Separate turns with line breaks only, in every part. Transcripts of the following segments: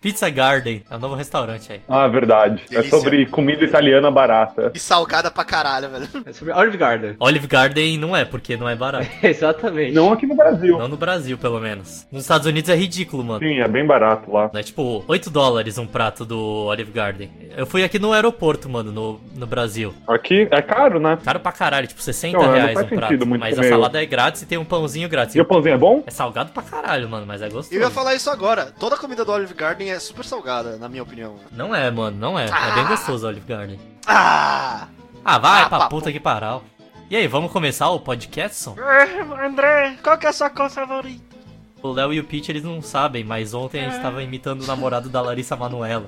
Pizza Garden. É um novo restaurante aí.
Ah, verdade. É
Delícia.
sobre comida italiana barata.
E salgada pra caralho, velho.
É sobre Olive Garden.
Olive Garden não é, porque não é barato.
Exatamente.
Não aqui no Brasil.
Não no Brasil, pelo menos. Nos Estados Unidos é ridículo, mano.
Sim, é bem barato lá.
É tipo 8 dólares um prato do Olive Garden. Eu fui aqui no aeroporto, mano, no, no Brasil.
Aqui é caro, né?
Caro pra caralho, tipo 60
Não, não
reais um
faz
prato.
sentido muito
Mas a
comer.
salada é grátis e tem um pãozinho grátis.
E o pãozinho é bom?
É salgado pra caralho, mano, mas é gostoso.
Eu ia falar isso agora. Toda comida do Olive Garden é super salgada, na minha opinião.
Não é, mano, não é. É bem gostoso o Olive Garden.
Ah!
Ah, vai
Ah,
pra
papo.
puta que paral. E aí, vamos começar o podcast, Som?
É, André, qual que é a sua cor favorita?
O Léo e o Pete, eles não sabem, mas ontem a gente tava imitando o namorado da Larissa Manoela.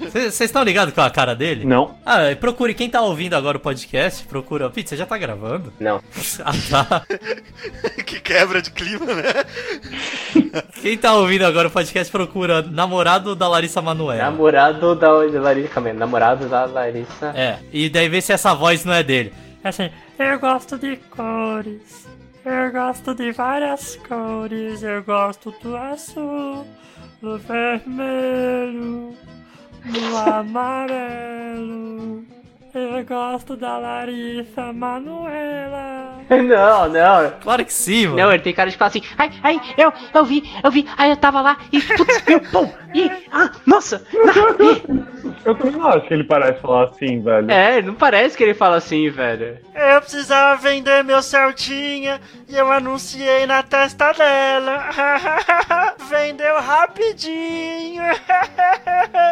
Vocês estão ligados com a cara dele?
Não.
Ah, e procure quem tá ouvindo agora o podcast, procura. Pete, você já tá gravando?
Não.
ah, tá.
que quebra de clima, né?
Quem tá ouvindo agora o podcast, procura namorado da Larissa Manoela.
Namorado da Larissa. Calma aí, Namorado da Larissa.
É, e daí vê se essa voz não é dele.
É assim, eu gosto de cores, eu gosto de várias cores, eu gosto do azul, do vermelho, do amarelo. Eu gosto da Larissa Manuela.
Não, não.
Claro que sim, mano.
é
Não, ele tem cara de falar assim, ai, ai, eu, eu vi, eu vi, aí eu tava lá e putz, meu pão, e, ah, nossa, na-
Eu também não acho que ele parece falar assim, velho.
e- É, não parece que ele fala assim, velho.
Eu precisava vender meu Celtinha e eu anunciei na testa dela. Vendeu rapidinho.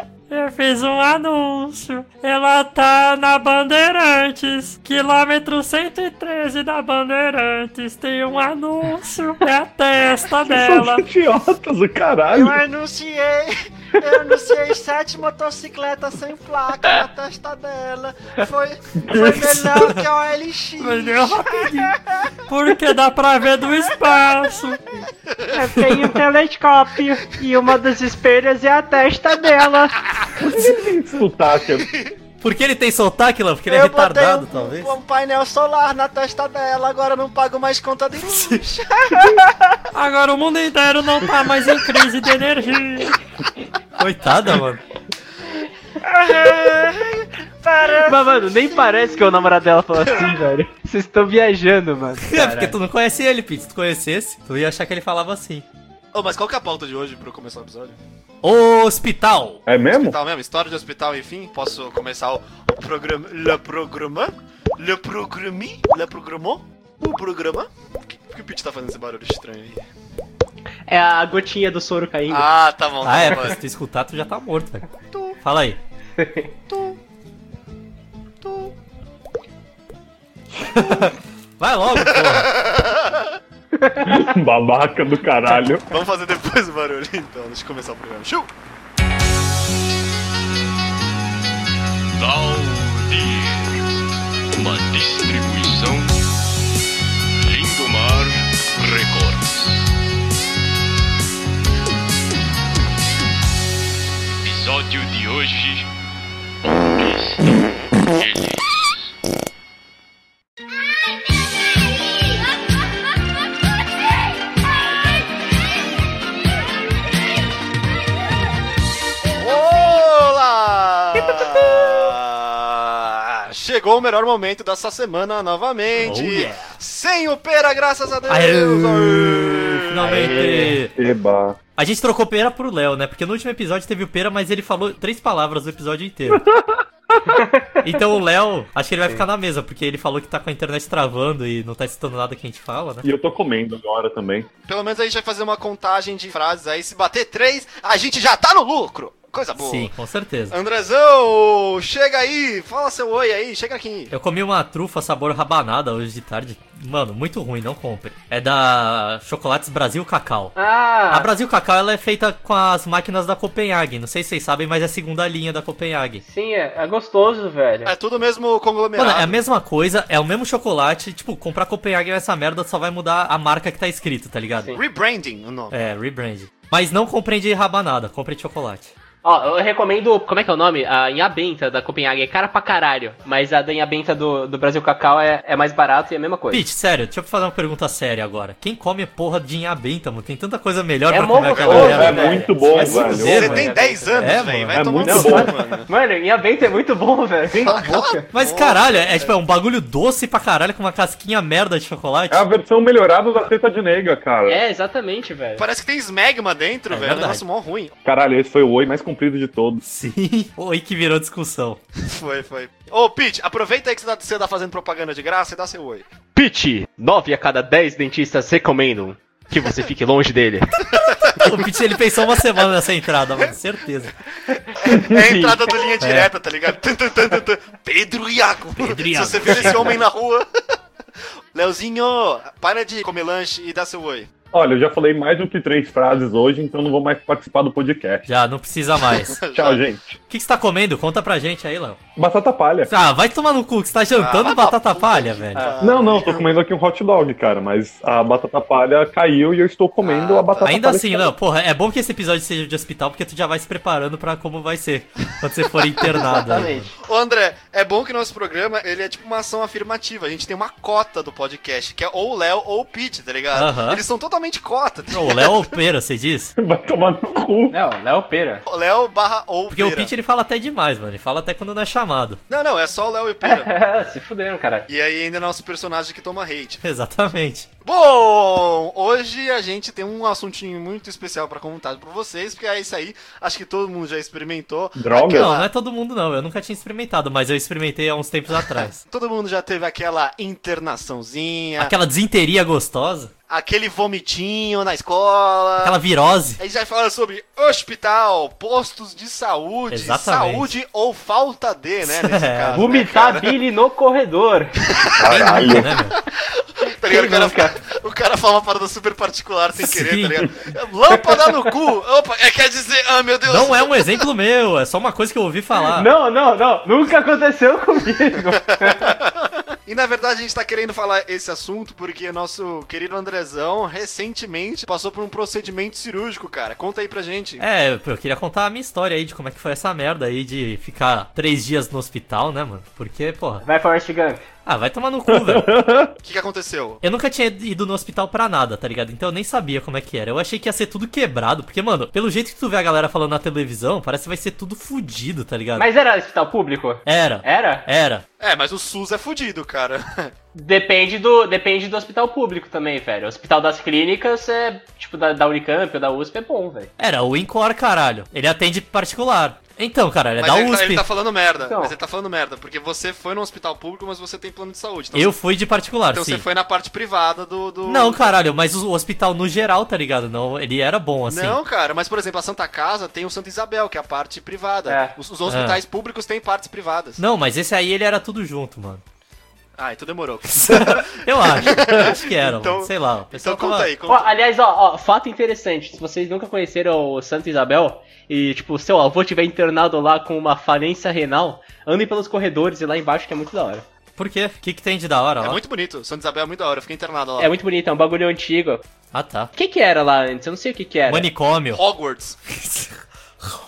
Eu fiz um anúncio. Ela tá na Bandeirantes. Quilômetro 113 da Bandeirantes. Tem um anúncio. É a testa dela.
São idiotas do caralho.
anunciei. Eu anunciei sete motocicletas sem placa na testa dela. Foi, foi melhor que a OLX.
Vendeu rapidinho. Porque dá pra ver do espaço.
Eu tenho um telescópio e uma das espelhas é a testa dela.
Sotaque.
Por que ele tem sotaque, Léo? Porque ele é
eu
retardado,
botei um,
talvez.
um painel solar na testa dela, agora não pago mais conta de luz.
Agora o mundo inteiro não tá mais em crise de energia. Coitada, mano.
Para.
Mas, mano, nem parece que o namorado dela falou assim, velho. Vocês estão viajando, mano.
É, porque tu não conhece ele, Pete. Se tu conhecesse, tu ia achar que ele falava assim.
Ô, mas qual que é a pauta de hoje pra eu começar o episódio?
Hospital.
É mesmo?
Hospital mesmo? História de hospital, enfim. Posso começar o, o programa... Le programa? Le programi? Le programou? O programa? Por que, por que o Pete tá fazendo esse barulho estranho aí?
É a gotinha do soro caindo.
Ah, tá bom.
Ah, é,
tá bom.
porque se tu escutar, tu já tá morto, velho. Fala aí. Vai logo, porra.
Babaca do caralho.
Vamos fazer depois o barulho, então. Deixa eu começar o programa. Shoo!
Valdir. Uma distribuição Lindomar Records. Episódio de hoje. Estão eles.
Olá! Chegou o melhor momento dessa semana novamente.
Oh, yeah.
Sem o pera, graças a Deus. É,
Aê!
Aê!
Finalmente.
Eba.
A gente trocou pera pro Léo, né? Porque no último episódio teve o pera, mas ele falou três palavras o episódio inteiro. Então o Léo, acho que ele vai ficar na mesa, porque ele falou que tá com a internet travando e não tá escutando nada que a gente fala, né?
E eu tô comendo agora também.
Pelo menos a gente vai fazer uma contagem de frases aí. Se bater três, a gente já tá no lucro. Coisa boa.
Sim, com certeza.
Andrezão, chega aí, fala seu oi aí, chega aqui.
Eu comi uma trufa sabor rabanada hoje de tarde. Mano, muito ruim, não compre. É da Chocolates Brasil Cacau. A
Ah,
Brasil Cacau ela é feita com as máquinas da Copenhague. Não sei se vocês sabem, mas é a segunda linha da Copenhague.
sim, é, é gostoso, velho.
É tudo mesmo conglomerado.
Mano, é a mesma coisa, é o mesmo chocolate. Tipo, comprar Copenhague essa merda só vai mudar a marca que tá escrito, tá ligado?
Sim.
Rebranding o nome.
É, rebrand. Mas não comprem de rabanada, comprem de chocolate.
Ó, eu recomendo, como é que é o nome? A Inha Benta da Copenhague é cara pra caralho, mas a da Inha Benta do, do Brasil Cacau é, é mais barato e é a mesma coisa.
Pete, sério, deixa eu fazer uma pergunta séria agora. Quem come porra de inhabenta, mano? Tem tanta coisa melhor
É
pra
mó
comer aquela
gostoso,
merda.
é
velho.
muito bom,
Vai se
velho.
fuder,
Você
mano.
tem 10 anos,
É,
velho.
mano.
Vai
É
tomar
muito
no
bom.
cu, mano.
Mano, Inha Benta é muito bom, velho.
Cala a boca.
Mas caralho, é tipo, é um bagulho doce pra caralho com uma casquinha merda de chocolate.
É a versão melhorada da teta de nega, cara.
É, exatamente, velho.
Parece que tem smegma dentro,
É
velho. É um
verdade.
negócio mó ruim.
Caralho, esse foi o oi mais comprido de todos.
Sim. Oi, que virou discussão.
Foi, foi. Ô, Pete, aproveita aí que você tá, você tá fazendo propaganda de graça e dá seu oi.
Pitch, 9 a cada 10 dentistas recomendam que você fique longe dele.
O Pete, ele pensou uma semana nessa entrada, mano, certeza.
É a entrada do linha direta, tá ligado? Tum, tum, tum, tum, tum. Pedro Iaco.
Pedro
Se
Iaco.
você ver esse homem na rua. Leozinho, para de comer lanche e dá seu oi.
Olha, eu já falei mais do que três frases hoje, então não vou mais participar do podcast.
Já, não precisa mais. O
Tchau, gente.
que, que você tá comendo? Conta pra gente aí, Léo.
Batata palha.
Ah, vai tomar no cu, que você tá jantando
Ah,
batata
puta
palha,
que
velho.
pariu.
Não, não, tô comendo aqui um hot dog, cara, mas a batata palha caiu e eu estou comendo
Ah,
a batata
Ainda
palha.
assim, Léo, porra, é bom que esse episódio seja de hospital, porque tu já vai se preparando pra como vai ser quando você for internado. aí.
Exatamente.
Ô André, é bom que o nosso programa ele é tipo uma ação afirmativa. A gente tem uma cota do podcast, que é ou o Léo ou o Pete, tá ligado?
Aham.
Eles são totalmente cota. tá ligado?
Ô, Léo ou Pera, você diz?
Vai tomar no cu.
Não, Léo Pera.
O Léo barra ou
Porque o
Pera.
Pete ele fala até demais, mano. Ele fala até quando não é chamado.
Não, não, é só o Léo e o Pera.
Se fuderam, cara.
e aí ainda é nosso personagem que toma hate.
Exatamente.
Bom, hoje a gente tem um assuntinho muito especial pra contar pra vocês, porque é isso aí, acho que todo mundo já experimentou.
Droga?
Aquela-
Não, não é todo mundo, não. Eu nunca tinha experimentado, mas eu experimentei há uns tempos atrás.
Todo mundo já teve aquela internaçãozinha,
Aquela desinteria gostosa,
aquele vomitinho na escola.
aquela virose.
A gente vai falar sobre hospital, postos de saúde,
Exatamente.
saúde ou falta de, né, nesse
É.
caso. né,
Vomitar Billy no corredor.
Quem nunca, né, meu?
Tá ligado?
Quem
O cara, o cara fala uma parada super particular sem querer,
Sim.
tá ligado? Lâmpada no cu! Opa, é, quer dizer, ah, meu Deus!
Não é um exemplo meu, é só uma coisa que eu ouvi falar.
Não, não, não. Nunca aconteceu comigo.
E na verdade a gente tá querendo falar esse assunto porque nosso querido Andrezão recentemente passou por um procedimento cirúrgico, cara. Conta aí pra gente.
É, eu queria contar a minha história aí de como é que foi essa merda aí de ficar três dias no hospital, né, mano? Porque, porra.
Vai, Forrest Gump.
Ah, vai tomar no cu, velho.
O que, que aconteceu?
Eu nunca tinha ido no hospital pra nada, tá ligado? Então eu nem sabia como é que era. Eu achei que ia ser tudo quebrado, porque, mano, pelo jeito que tu vê a galera falando na televisão, parece que vai ser tudo fudido, tá ligado?
Mas era hospital público?
Era,
Era?
era.
É, mas o SUS é fudido, cara.
Depende do, depende do hospital público também, velho. O hospital das clínicas é, tipo, da, da Unicamp ou da USP é bom, velho.
Era o Incor, caralho. Ele atende particular. Então, caralho, é
mas
da
ele, tá,
USP.
ele tá falando merda.
Então.
Mas ele tá falando merda, porque você foi num hospital público, mas você tem plano de saúde. Então
Eu
você,
fui de particular,
então
sim.
você foi na parte privada do. do-
Não, caralho, mas o hospital no geral, tá ligado? Não, ele era bom, assim.
Não, cara, mas por exemplo, a Santa Casa tem o Santa Isabel, que é a parte privada.
É.
Os, os hospitais públicos têm partes privadas.
Ah. Não, mas esse aí ele era tudo junto, mano.
Ah, então demorou.
Eu acho. acho que era,
Então-
mano. Sei lá. o pessoal
Então conta
tava-
aí,
Ó,
conta.
aliás, ó, ó, fato interessante, se vocês nunca conheceram o Santa Isabel e, tipo, seu avô tiver internado lá com uma falência renal, andem pelos corredores e lá embaixo que é muito da hora.
Por quê? O que, que tem de da hora
É
lá?
muito bonito. Santa Isabel é muito da hora, eu fiquei internado lá.
É muito bonito, é um bagulho antigo.
Ah, tá.
O que que era lá antes? Eu não sei o que
É.
que era.
Manicômio.
Hogwarts.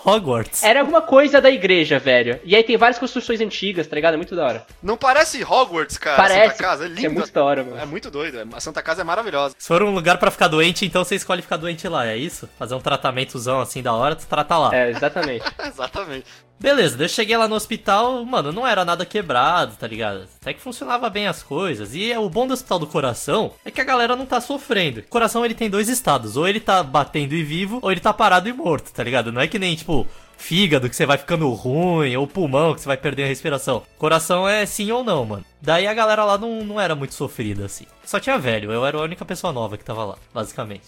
Hogwarts.
Era alguma coisa da igreja, velho. E aí tem várias construções antigas, tá ligado? É muito da hora.
Não parece Hogwarts, cara, a
Parece.
Santa Casa? É
que É
linda.
muito da hora,
É
mano.
muito doido, é- a Santa Casa é maravilhosa.
Se for um lugar pra ficar doente, então você escolhe ficar doente lá, é isso? Fazer um tratamentozão assim da hora, tu trata lá.
É, exatamente.
Exatamente.
Beleza, daí eu cheguei lá no hospital, mano, não era nada quebrado, tá ligado? Até que funcionava bem as coisas. E é o bom do hospital do coração é que a galera não tá sofrendo. O coração ele tem dois estados, ou ele tá batendo e vivo, ou ele tá parado e morto, tá ligado? Não é que nem, tipo, fígado que você vai ficando ruim, ou pulmão que você vai perder a respiração. Coração é sim ou não, mano. Daí a galera lá não, não era muito sofrida, assim. Só tinha velho, eu era a única pessoa nova que tava lá, basicamente.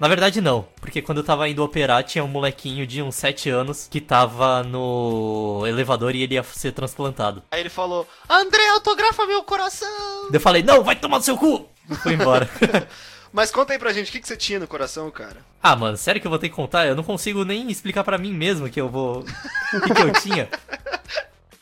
Na verdade, não, porque quando eu tava indo operar, tinha um molequinho de uns 7 anos que tava no elevador e ele ia ser transplantado.
Aí ele falou: André, autografa meu coração!
Daí Eu falei, não, vai tomar no seu cu! E Fui embora.
Mas conta aí pra gente o que, que você tinha no coração, cara.
ah, mano, sério que eu vou ter que contar? Eu não consigo nem explicar pra mim mesmo que eu vou. o que, que eu tinha.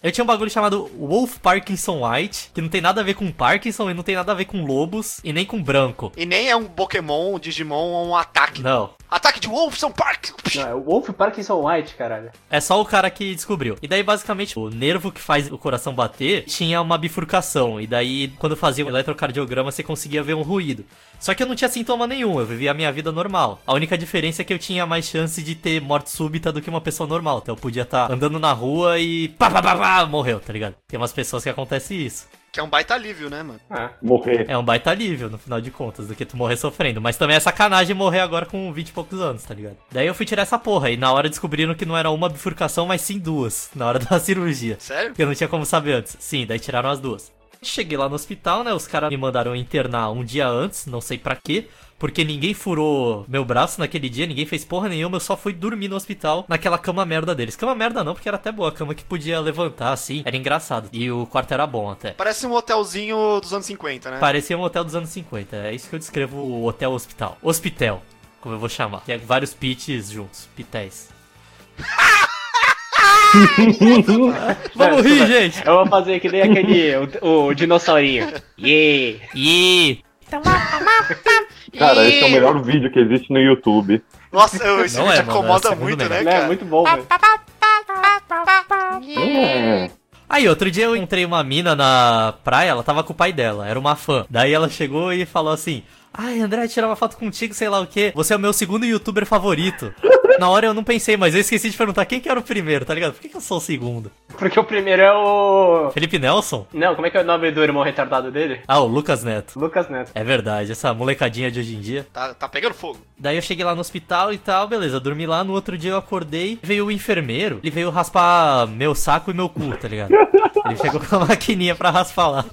Eu tinha um bagulho chamado Wolf Parkinson White, que não tem nada a ver com Parkinson e não tem nada a ver com lobos e nem com branco.
E nem é um Pokémon, um Digimon ou um ataque.
Não,
Ataque de Wolfson Park!
Não, é o Wolf Parkinson White, caralho.
É só o cara que descobriu. E daí, basicamente, o nervo que faz o coração bater tinha uma bifurcação. E daí, quando fazia o eletrocardiograma, você conseguia ver um ruído. Só que eu não tinha sintoma nenhum, eu vivia a minha vida normal. A única diferença é que eu tinha mais chance de ter morte súbita do que uma pessoa normal. Então eu podia estar andando na rua e. pá, pá, pá, pá, morreu, tá ligado? Tem umas pessoas que acontece isso.
Que é um baita alívio, né, mano?
Ah,
Morrer.
É um baita alívio, no final de contas, do que tu morrer sofrendo. Mas também é sacanagem morrer agora com 20 e poucos anos, tá ligado? Daí eu fui tirar essa porra, e na hora descobriram que não era uma bifurcação, mas sim duas, na hora da cirurgia.
Sério?
Porque eu não tinha como saber antes. Sim, daí tiraram as duas. Cheguei lá no hospital, né? Os caras me mandaram internar um dia antes, não sei pra quê. Porque ninguém furou meu braço naquele dia, ninguém fez porra nenhuma, eu só fui dormir no hospital naquela cama merda deles. Cama merda não, porque era até boa, cama que podia levantar assim, era engraçado. E o quarto era bom até.
Parece um hotelzinho dos anos 50, né?
Parecia um hotel dos anos 50. É isso que eu descrevo o hotel hospital. Hospitel, como eu vou chamar. Que é vários pits juntos. Pitéis. Vamos rir, gente!
eu vou fazer que nem aquele. O, o dinossaurinho. Yeah!
E
Cara, esse é o melhor vídeo que existe no YouTube.
Nossa, eu- esse
Não
vídeo
é, mano,
incomoda
é o
muito,
segundo
né,
melhor.
Né?
cara?
Muito bom, velho.
Hum.
Aí, outro dia eu encontrei uma mina na praia, ela tava com o pai dela, era uma fã. Daí ela chegou e falou assim: Ai, André, tirar uma foto contigo, sei lá o quê. Você é o meu segundo youtuber favorito. na hora eu não pensei, mas eu esqueci de perguntar quem que era o primeiro, tá ligado? Por que, que eu sou o segundo?
Porque o primeiro é o.
Felipe Nelson?
Não, como é que é o nome do irmão retardado dele?
Ah, o Lucas Neto.
Lucas Neto.
É verdade, essa molecadinha de hoje em dia.
Tá, tá pegando fogo.
Daí eu cheguei lá no hospital e tal, beleza, eu dormi lá, no outro dia eu acordei, veio o enfermeiro, ele veio raspar meu saco e meu cu, tá ligado? Ele chegou com a maquininha pra raspar lá.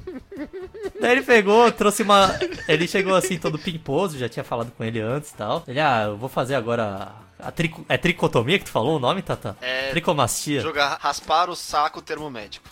Daí ele pegou, trouxe uma. Ele chegou assim, todo pimposo, já tinha falado com ele antes e tal. Ele, ah, eu vou fazer agora. A trico... É tricotomia que tu falou o nome, Tata?
É.
Tricomastia.
Jogar, raspar o saco, termo médico.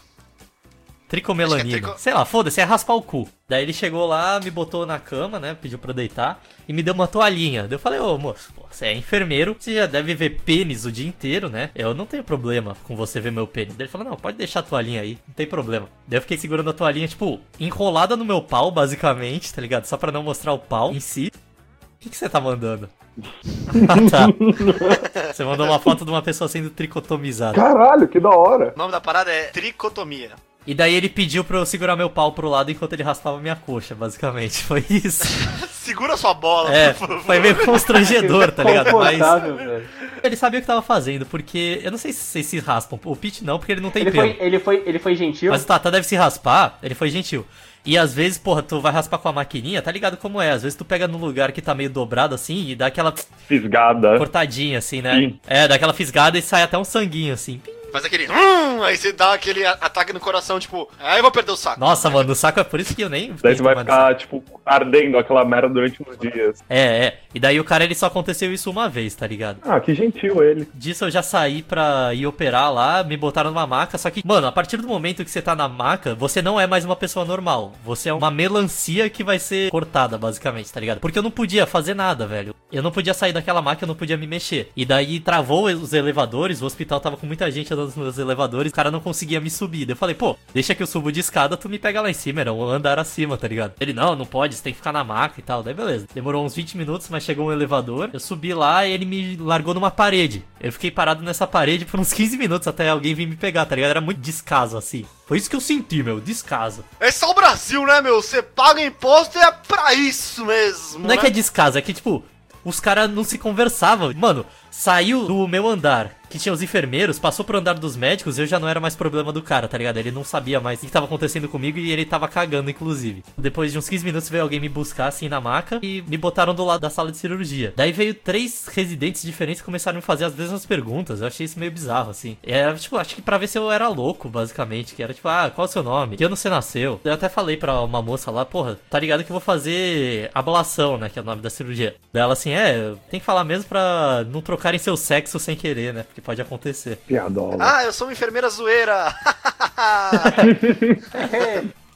Tricomelanina.
Acho que é trico-
Sei lá, foda-se, é raspar o cu. Daí ele chegou lá, me botou na cama, né? Pediu pra eu deitar e me deu uma toalhinha. Daí eu falei, ô moço, pô, você é enfermeiro, você já deve ver pênis o dia inteiro, né? Eu não tenho problema com você ver meu pênis. Daí ele falou, não, pode deixar a toalhinha aí, não tem problema. Daí eu fiquei segurando a toalhinha, tipo, enrolada no meu pau, basicamente, tá ligado? Só pra não mostrar o pau em si. O que, que você tá mandando? ah, tá. Você mandou uma foto de uma pessoa sendo tricotomizada.
Caralho, que da hora.
O nome da parada é tricotomia.
E daí ele pediu pra eu segurar meu pau pro lado enquanto ele raspava minha coxa, basicamente. Foi isso.
Segura sua bola,
É,
por favor.
foi meio constrangedor, tá ligado? Mas
é Confortável, velho.
ele sabia o que tava fazendo, porque eu não sei se vocês se raspam. O Pete não, porque ele não tem
Ele
pelo.
foi, ele, foi, ele foi gentil.
Mas o Tata deve se raspar, ele foi gentil. E às vezes, porra, tu vai raspar com a maquininha, tá ligado como é? Às vezes tu pega num lugar que tá meio dobrado assim e dá aquela
Fisgada.
cortadinha assim, né?
Sim.
É, dá aquela fisgada e sai até um sanguinho assim.
Faz aquele. Hum, aí você dá aquele a- ataque no coração, tipo, aí eu vou perder o saco.
Nossa, mano, o saco é por isso que eu nem.
Daí você vai
tomando
ficar, tipo, ardendo aquela merda durante uns dias.
É, é. E daí o cara ele só aconteceu isso uma vez, tá ligado?
Ah, que gentil ele.
Disso eu já saí pra ir operar lá, me botaram numa maca, só que, mano, a partir do momento que você tá na maca, você não é mais uma pessoa normal. Você é uma melancia que vai ser cortada, basicamente, tá ligado? Porque eu não podia fazer nada, velho. Eu não podia sair daquela maca, eu não podia me mexer. E daí travou os elevadores, o hospital tava com muita gente andando nos elevadores, o cara não conseguia me subir. Daí eu falei, pô, deixa que eu subo de escada, tu me pega lá em cima, era um andar acima, tá ligado? Ele, não, não pode, você tem que ficar na maca e tal. Daí beleza. Demorou uns 20 minutos, mas chegou um elevador. Eu subi lá e ele me largou numa parede. Eu fiquei parado nessa parede por uns 15 minutos até alguém vir me pegar, tá ligado? Era muito descaso assim. Foi isso que eu senti, meu, descaso.
É só o Brasil, né, meu? Você paga imposto e é pra isso mesmo.
Não é
né?
que é descaso, é que, tipo, os caras não se conversavam. Mano, saiu do meu andar, que tinha os enfermeiros, passou pro andar dos médicos, eu já não era mais problema do cara, tá ligado? Ele não sabia mais o que tava acontecendo comigo e ele tava cagando, inclusive. Depois de uns 15 minutos veio alguém me buscar, assim, na maca e me botaram do lado da sala de cirurgia. Daí veio três residentes diferentes e começaram a me fazer as mesmas perguntas. Eu achei isso meio bizarro, assim. Era, tipo, acho que pra ver se eu era louco, basicamente. Que era, tipo, ah, qual é o seu nome? Que ano você nasceu? Eu até falei pra uma moça lá, porra, tá ligado que eu vou fazer ablação, né? Que é o nome da cirurgia. Daí ela, assim, é, tem que falar mesmo pra não trocarem seu sexo sem querer, né? Porque pode acontecer.
Piadola.
Ah, eu sou uma enfermeira zoeira.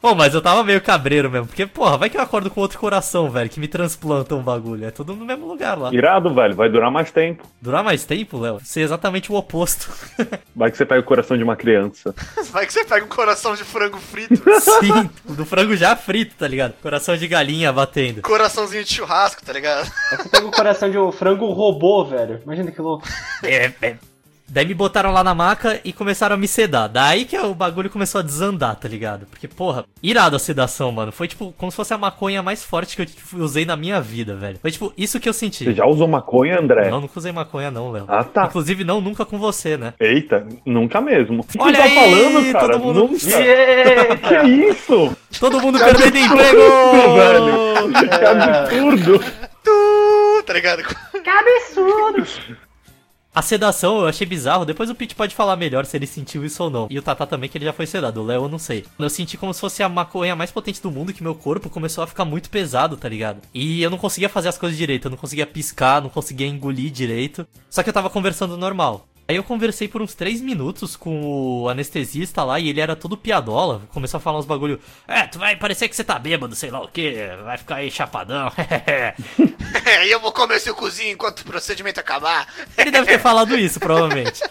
Pô, mas eu tava meio cabreiro mesmo, porque, porra, vai que eu acordo com outro coração, velho, que me transplanta um bagulho. É tudo no mesmo lugar lá.
Irado, velho, vai durar mais tempo.
Durar mais tempo, Léo? Ser exatamente o oposto.
Vai que você pega o coração de uma criança.
Vai que você pega um coração de frango frito.
Sim, do frango já frito, tá ligado? Coração de galinha batendo.
um Coraçãozinho de churrasco, tá ligado?
Você pega o coração de um frango robô, velho. Imagina que louco.
Daí me botaram lá na maca e começaram a me sedar. Daí que o bagulho começou a desandar, tá ligado? Porque, porra, irado a sedação, mano. Foi tipo como se fosse a maconha mais forte que eu tipo, usei na minha vida, velho. Foi tipo isso que eu senti.
Você já usou maconha, André?
Não, nunca usei maconha, não, Léo.
Ah, tá.
Inclusive, não, nunca com você, né?
Eita, nunca mesmo. O que
Olha
tá
aí,
falando, cara?
todo mundo-
Nunca. Que isso?
Todo mundo perdendo emprego!
velho. Que absurdo.
Tu, tá ligado?
A sedação eu achei bizarro. Depois o Pete pode falar melhor se ele sentiu isso ou não. E o Tata também, que ele já foi sedado. O Léo, eu não sei. Eu senti como se fosse a maconha mais potente do mundo, que meu corpo começou a ficar muito pesado, tá ligado? E eu não conseguia fazer as coisas direito. Eu não conseguia piscar, não conseguia engolir direito. Só que eu tava conversando normal. Aí eu conversei por uns 3 minutos com o anestesista lá e ele era todo piadola. Começou a falar uns bagulho. É, tu vai parecer que você tá bêbado, sei lá o que. Vai ficar aí chapadão.
É, e eu vou comer seu cozinho enquanto o procedimento acabar.
Ele deve ter falado isso, provavelmente.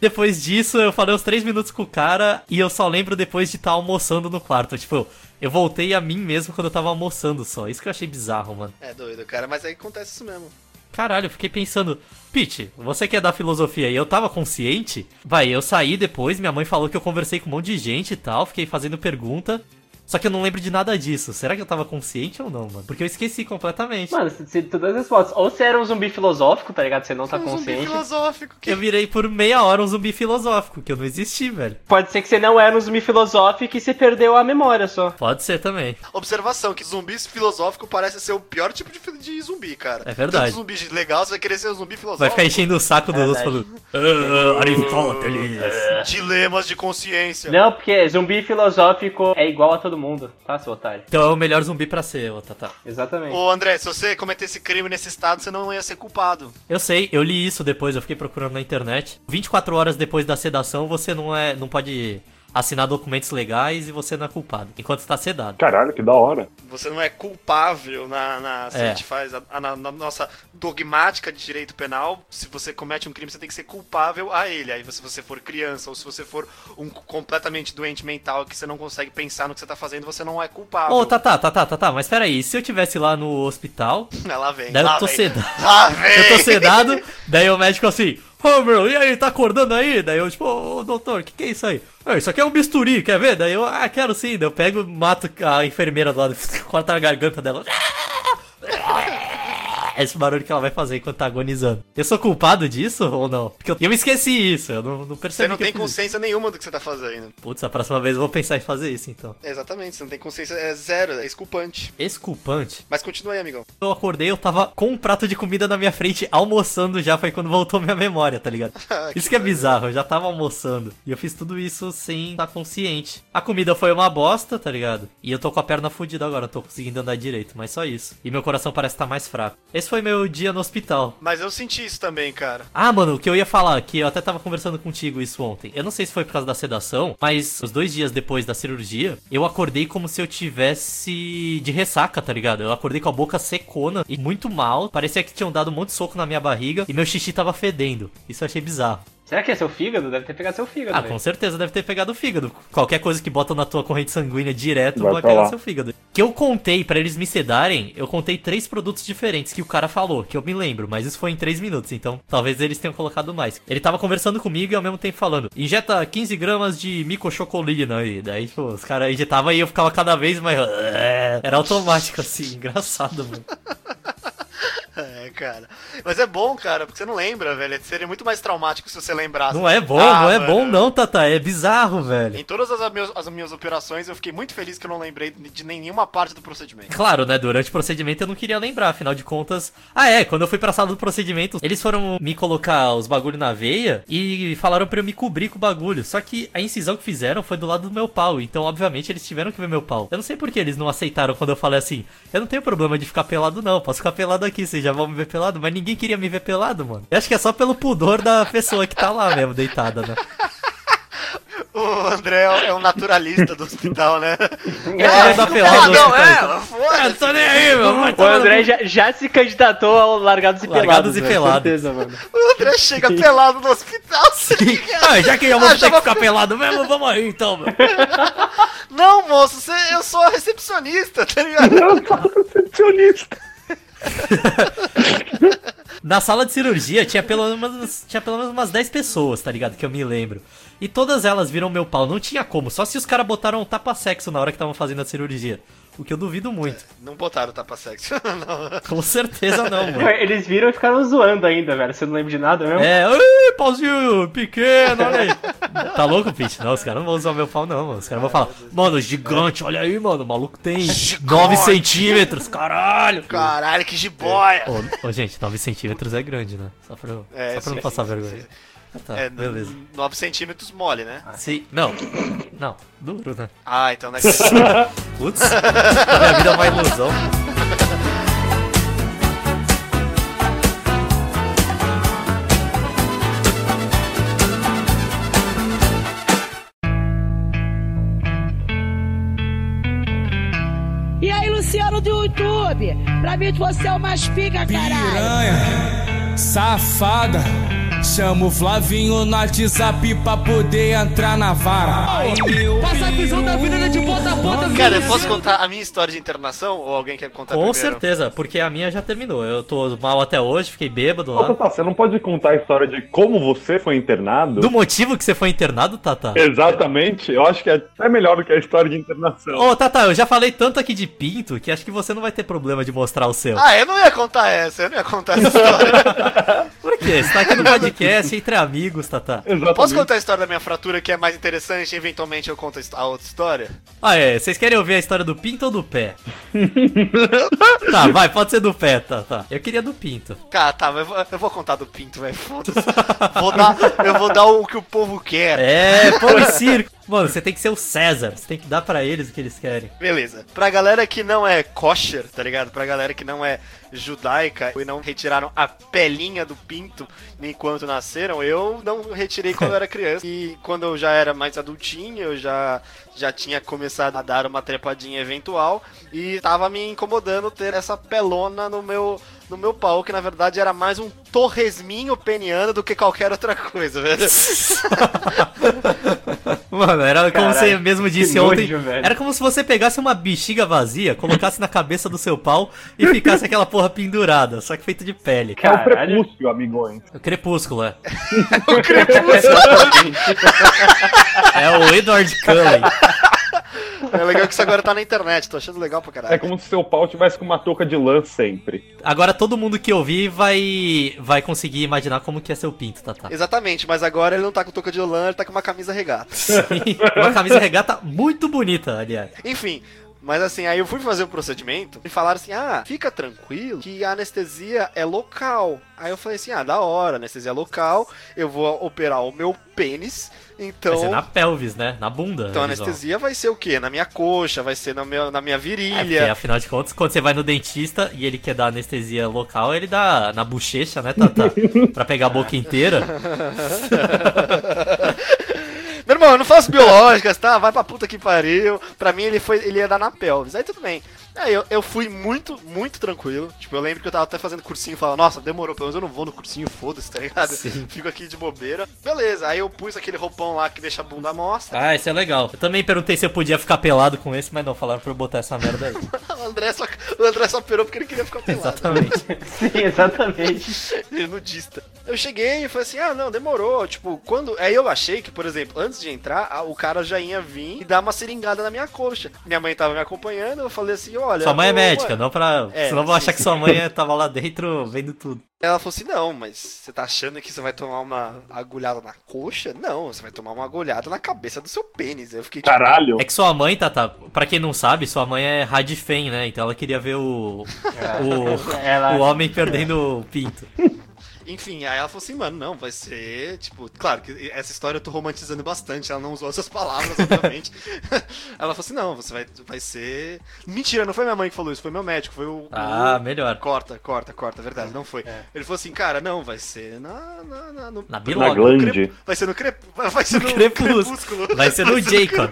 Depois disso, eu falei uns 3 minutos com o cara e eu só lembro depois de estar almoçando no quarto. Tipo, eu voltei a mim mesmo quando eu tava almoçando só. Isso que eu achei bizarro, mano.
É doido, cara, mas aí acontece isso mesmo.
Caralho, eu fiquei pensando, Pete, você que é da filosofia e eu tava consciente? Vai, eu saí depois, minha mãe falou que eu conversei com um monte de gente e tal, fiquei fazendo pergunta. Só que eu não lembro de nada disso. Será que eu tava consciente ou não, mano? Porque eu esqueci completamente.
Mano, você você- todas as fotos. Ou você era um zumbi filosófico, tá ligado? Você não tá
Um zumbi
consciente.
filosófico que
Eu virei por meia hora um zumbi filosófico, que eu não existi, velho.
Pode ser que você não era um zumbi filosófico e você perdeu a memória só.
Pode ser também.
Observação, que zumbis filosófico parece ser o pior tipo de, fi- de zumbi, cara.
É verdade.
Tanto zumbi de legal, você vai querer ser um zumbi filosófico.
Vai ficar enchendo o saco do outro
Verdade.
falando. "Ah, Aristóteles.
Dilemas de consciência.
Não, porque zumbi filosófico é igual a todo mundo, tá, seu otário?
Então é o melhor zumbi pra ser, ô Tata.
Exatamente.
Ô André, se você cometesse crime nesse estado, você não ia ser culpado.
Eu sei, eu li isso depois, eu fiquei procurando na internet. 24 horas depois da sedação, você não é. não pode assinar documentos legais e você não é culpado. Enquanto está sedado.
Caralho, que da hora.
Você não é culpável na, na- se
É.
a gente faz a- a- na, na nossa dogmática de direito penal. Se você comete um crime, você tem que ser culpável a ele. Aí se você for criança ou se você for um completamente doente mental que você não consegue pensar no que você tá fazendo, você não é culpável.
Ô, tá- Tata, Tata, Tata, mas peraí, se eu tivesse lá no hospital,
Ah, Lá vem.
daí
lá
eu tô
vem.
sedado.
Lá vem.
Eu tô sedado, daí o médico assim, ô meu, e aí, tá acordando aí? Daí eu, tipo, ô doutor, o que, que é isso aí? "Ah, isso aqui é um bisturi, quer ver? Daí eu, ah, quero sim. Daí eu pego, mato a enfermeira do lado, corta a garganta dela. Esse barulho que ela vai fazer enquanto tá agonizando. Eu sou culpado disso ou não? Porque eu, eu me esqueci isso, eu não, não percebi.
Você não
que é eu
tem
fiz isso.
consciência nenhuma do que você tá fazendo.
Putz, a próxima vez eu vou pensar em fazer isso então.
Exatamente, você não tem consciência, é zero, é esculpante.
Exculpante.
Mas continua aí, amigão.
Eu acordei, eu tava com um prato de comida na minha frente, almoçando já, foi quando voltou minha memória, tá ligado? Isso que é bizarro, eu já tava almoçando. E eu fiz tudo isso sem estar consciente. A comida foi uma bosta, tá ligado? E eu tô com a perna fudida agora, não tô conseguindo andar direito, mas só isso. E meu coração parece estar mais fraco. Esse foi meu dia no hospital.
Mas eu senti isso também, cara.
Ah, mano, o que eu ia falar, que eu até tava conversando contigo isso ontem. Eu não sei se foi por causa da sedação, mas os dois dias depois da cirurgia, eu acordei como se eu tivesse de ressaca, tá ligado? Eu acordei com a boca secona e muito mal. Parecia que tinham dado um monte de soco na minha barriga e meu xixi tava fedendo. Isso eu achei bizarro.
Será que é seu fígado? Deve ter pegado seu fígado,
Ah,
velho.
com certeza deve ter pegado o fígado. Qualquer coisa que botam na tua corrente sanguínea direto vai,
Vai pra
pegar
lá.
seu fígado. Que eu contei pra eles me sedarem, eu contei três produtos diferentes que o cara falou, que eu me lembro, mas isso foi em três minutos, então talvez eles tenham colocado mais. Ele tava conversando comigo e ao mesmo tempo falando: injeta 15 gramas de micochocolina aí. Daí, tipo, os caras injetavam e eu ficava cada vez mais. "É." Era automático assim, engraçado, mano.
É, cara. Mas é bom, cara, porque você não lembra, velho. Seria muito mais traumático se você lembrasse.
Não é bom,
Ah,
não é
mano.
bom, não, Tata, é bizarro, velho.
Em todas as minhas, as minhas operações, eu fiquei muito feliz que eu não lembrei de nenhuma parte do procedimento.
Claro, né? Durante o procedimento eu não queria lembrar, afinal de contas. Ah, é, quando eu fui pra sala do procedimento, eles foram me colocar os bagulho na veia e falaram pra eu me cobrir com o bagulho. Só que a incisão que fizeram foi do lado do meu pau, então obviamente eles tiveram que ver meu pau. Eu não sei por que eles não aceitaram quando eu falei assim: eu não tenho problema de ficar pelado, não, posso ficar pelado aqui, vocês já vão me ver pelado, mas ninguém queria me ver pelado, mano. Eu acho que é só pelo pudor da pessoa que tá lá mesmo, deitada, né?
O André é um naturalista do hospital, né?
É, da pelada.
não, é, foda-se.
Ah, tô nem aí, meu. tá Vai
O
tomar no
André já, já se candidatou ao Largados e
Largados
Pelados.
e
velho,
Pelados.
certeza, mano.
O André chega pelado no hospital, se liga.
Ah, já que eu vou
Ah,
ter
já
que
vou-
ficar pelado mesmo, vamos aí então, meu.
Não, moço, você- eu sou a recepcionista, tá ligado?
Eu tava recepcionista.
Na sala de cirurgia tinha pelo menos, tinha pelo menos umas 10 pessoas, tá ligado? Que eu me lembro. E todas elas viram meu pau. Não tinha como, só se os caras botaram um tapa-sexo na hora que estavam fazendo a cirurgia. O que eu duvido muito.
Não botaram tapa sexo, não.
Com certeza não, mano.
Eles viram e ficaram zoando ainda, velho. Você não lembra de nada mesmo?
É, "Ih, pauzinho pequeno, olha aí. Tá louco, Pete? Não, os caras não vão usar meu pau, não, mano. Os caras vão falar, mano, gigante, olha aí, mano. O maluco tem 9 centímetros, caralho.
Caralho, que jiboia.
Ô, ô, gente, 9 centímetros é grande, né? Só pra, eu-
É,
só pra
sim,
não passar
sim, sim,
vergonha.
sim.
Ah, Tá,
É,
beleza. Ah.
9 centímetros mole, né?
Sim, não. Não, duro, né?
Ah, então né?
Putz, a minha vida é uma ilusão.
Tá
E aí, Luciano do YouTube, pra mim você é o mais pica, caralho.
Piranha, safada. Chama o Flavinho no WhatsApp pra poder entrar na vara. Passa a visão da avenida de ponta a ponta,
Cara, eu posso contar a minha história de internação? Ou alguém quer contar
Com
primeiro?
certeza, porque a minha já terminou. Eu tô mal até hoje, fiquei bêbado
Ô,
lá.
Tatá, tá, você não pode contar a história de como você foi internado?
Do motivo que você foi internado, Tata?
Exatamente. Eu acho que é até melhor do que a história de internação.
Ô, Tata, eu já falei tanto aqui de pinto que acho que você não vai ter problema de mostrar o seu.
Ah, eu não ia contar essa, eu não ia contar essa história.
Por quê? Você tá aqui no podcast entre amigos, Tata.
Exatamente.
Posso contar a história da minha fratura que é mais interessante e eventualmente eu conto a his- a outra história?
Ah, é. Vocês querem ouvir a história do pinto ou do pé? tá, vai, pode ser do pé, Tata. Eu queria do pinto.
Cara, tá, mas eu vou, eu vou contar do pinto, velho. Foda-se. Vou dar, eu vou dar o que o povo quer.
É, pão e circo. Mano, você tem que ser o César. Você tem que dar pra eles o que eles querem.
Beleza. Pra galera que não é kosher, tá ligado? Pra galera que não é judaica e não retiraram a pelinha do pinto enquanto nasceram, eu não retirei quando eu era criança. E quando eu já era mais adultinho, eu já, já tinha começado a dar uma trepadinha eventual e tava me incomodando ter essa pelona no meu no meu pau, que na verdade era mais um torresminho peniano do que qualquer outra coisa, velho.
Mano, era como
Caralho,
você mesmo disse
que
ontem.
nojo, velho.
era como se você pegasse uma bexiga vazia, colocasse na cabeça do seu pau e ficasse aquela porra pendurada, só que feita de pele.
É o
Caralho.
prepúcio, amigões.
Crepúsculo, é. É o Edward Cullen.
É legal que isso agora tá na internet, tô achando legal pra caralho.
É como se seu pau tivesse com uma touca de lã sempre.
Agora todo mundo que ouvir vai vai conseguir imaginar como que é seu pinto, Tata.
Exatamente, mas agora ele não tá com touca de lã, ele tá com uma camisa regata.
Uma camisa regata muito bonita, aliás.
Enfim. Mas assim, aí eu fui fazer o procedimento e falaram assim: ah, fica tranquilo que a anestesia é local. Aí eu falei assim: ah, da hora, anestesia é local, eu vou operar o meu pênis,
Vai
então.
ser na pelvis, né? Na bunda.
Então a
né, visual.
anestesia vai ser o quê? Na minha coxa, vai ser na minha, na minha
É, porque
virilha.
afinal de contas, quando você vai no dentista e ele quer dar anestesia local, ele dá na bochecha, né, Tata? pra pegar a boca inteira.
Meu irmão, eu não faço biológicas, tá? Vai pra puta que pariu. Pra mim ele, foi, ele ia dar na pelvis. Aí tudo bem. Aí eu, eu fui muito, muito tranquilo. Tipo, eu lembro que eu tava até fazendo cursinho e falava, nossa, demorou, pelo menos eu não vou no cursinho, foda-se, tá ligado? Fico aqui de bobeira. Beleza, aí eu pus aquele roupão lá que deixa a bunda à mostra.
Ah, isso é legal. Eu também perguntei se eu podia ficar pelado com esse, mas não, falaram pra eu botar essa merda aí.
O André só, o André só operou porque ele queria ficar pelado.
Exatamente.
Sim, assim? exatamente.
Ele é nudista. Eu cheguei e falei assim: ah, não, demorou. Tipo, quando. Aí eu achei que, por exemplo, antes de entrar, a- o cara já ia vir e dar uma seringada na minha coxa. Minha mãe tava me acompanhando, eu falei assim: olha.
Sua mãe é
ô,
médica,
mãe.
não pra.
É,
Senão vão
sim,
achar que
sim.
sua mãe tava lá dentro vendo tudo.
Ela falou assim: não, mas você tá achando que você vai tomar uma agulhada na coxa? Não, você vai tomar uma agulhada na cabeça do seu pênis. Eu fiquei tipo,
Caralho.
É que sua mãe, Tata, pra quem não sabe, sua mãe é radifem, né? Então ela queria ver o. o.
Ela,
o homem perdendo o pinto.
Enfim, aí ela falou assim, mano, não, vai ser, tipo, claro que essa história eu tô romantizando bastante, ela não usou essas palavras, obviamente. ela falou assim, não, você vai, vai ser. Mentira, não foi minha mãe que falou isso, foi meu médico, foi o.
Ah, melhor.
Corta, corta, corta, verdade, não foi. Ele falou assim, cara, não, vai ser na. na, na no...
Na
Na
Bilog.
glande.
Vai ser no, crep... vai ser no
Crepúsculo.
crepúsculo.
Vai ser no Jacob.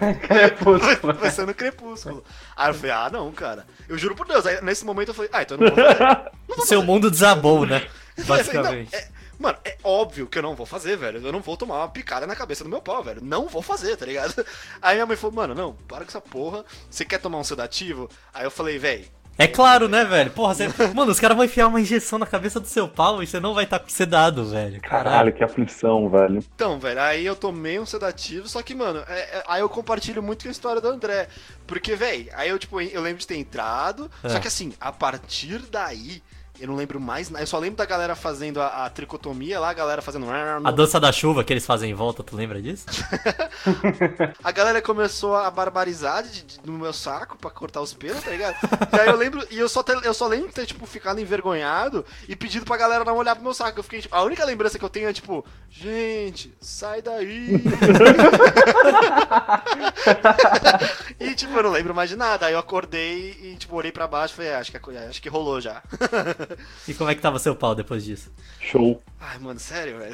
Vai, vai ser no crepúsculo. Aí eu falei, ah, não, cara. Eu juro por Deus. Aí, nesse momento eu falei, ah, então eu não vou fazer.
O seu mundo desabou, né?
Mas, não,
Basicamente.
é- mano, é óbvio que eu não vou fazer, velho. Eu não vou tomar uma picada na cabeça do meu pau, velho. Não vou fazer, tá ligado? Aí minha mãe falou, mano, não, para com essa porra. Você quer tomar um sedativo? Aí eu falei, velho,
É claro, né, velho? Porra, você... Mano, os caras vão enfiar uma injeção na cabeça do seu pau e você não vai estar tá sedado, velho. Caralho.
Caralho, que aflição, velho.
então, velho, aí eu tomei um sedativo, só que, mano, é- é- aí eu compartilho muito com a história do André. Porque, velho, aí eu, tipo, eu lembro de ter entrado,
É.
só que assim, a partir daí. Eu não lembro mais, nada. eu só lembro da galera fazendo a, a tricotomia lá, a galera fazendo.
A dança da chuva que eles fazem em volta, tu lembra disso?
A galera começou a barbarizar de- de- no meu saco pra cortar os pelos, tá ligado? E aí eu lembro, e eu só, te- eu só lembro de ter, tipo, ficado envergonhado e pedido pra galera não olhar pro meu saco. Eu fiquei, tipo, a única lembrança que eu tenho é, tipo, gente, sai daí. e, tipo, eu não lembro mais de nada. Aí eu acordei e, tipo, olhei pra baixo e falei, "É, acho que, a co- acho que rolou já.
E como é que tava seu pau depois disso?
Show.
Ai, mano, sério, velho.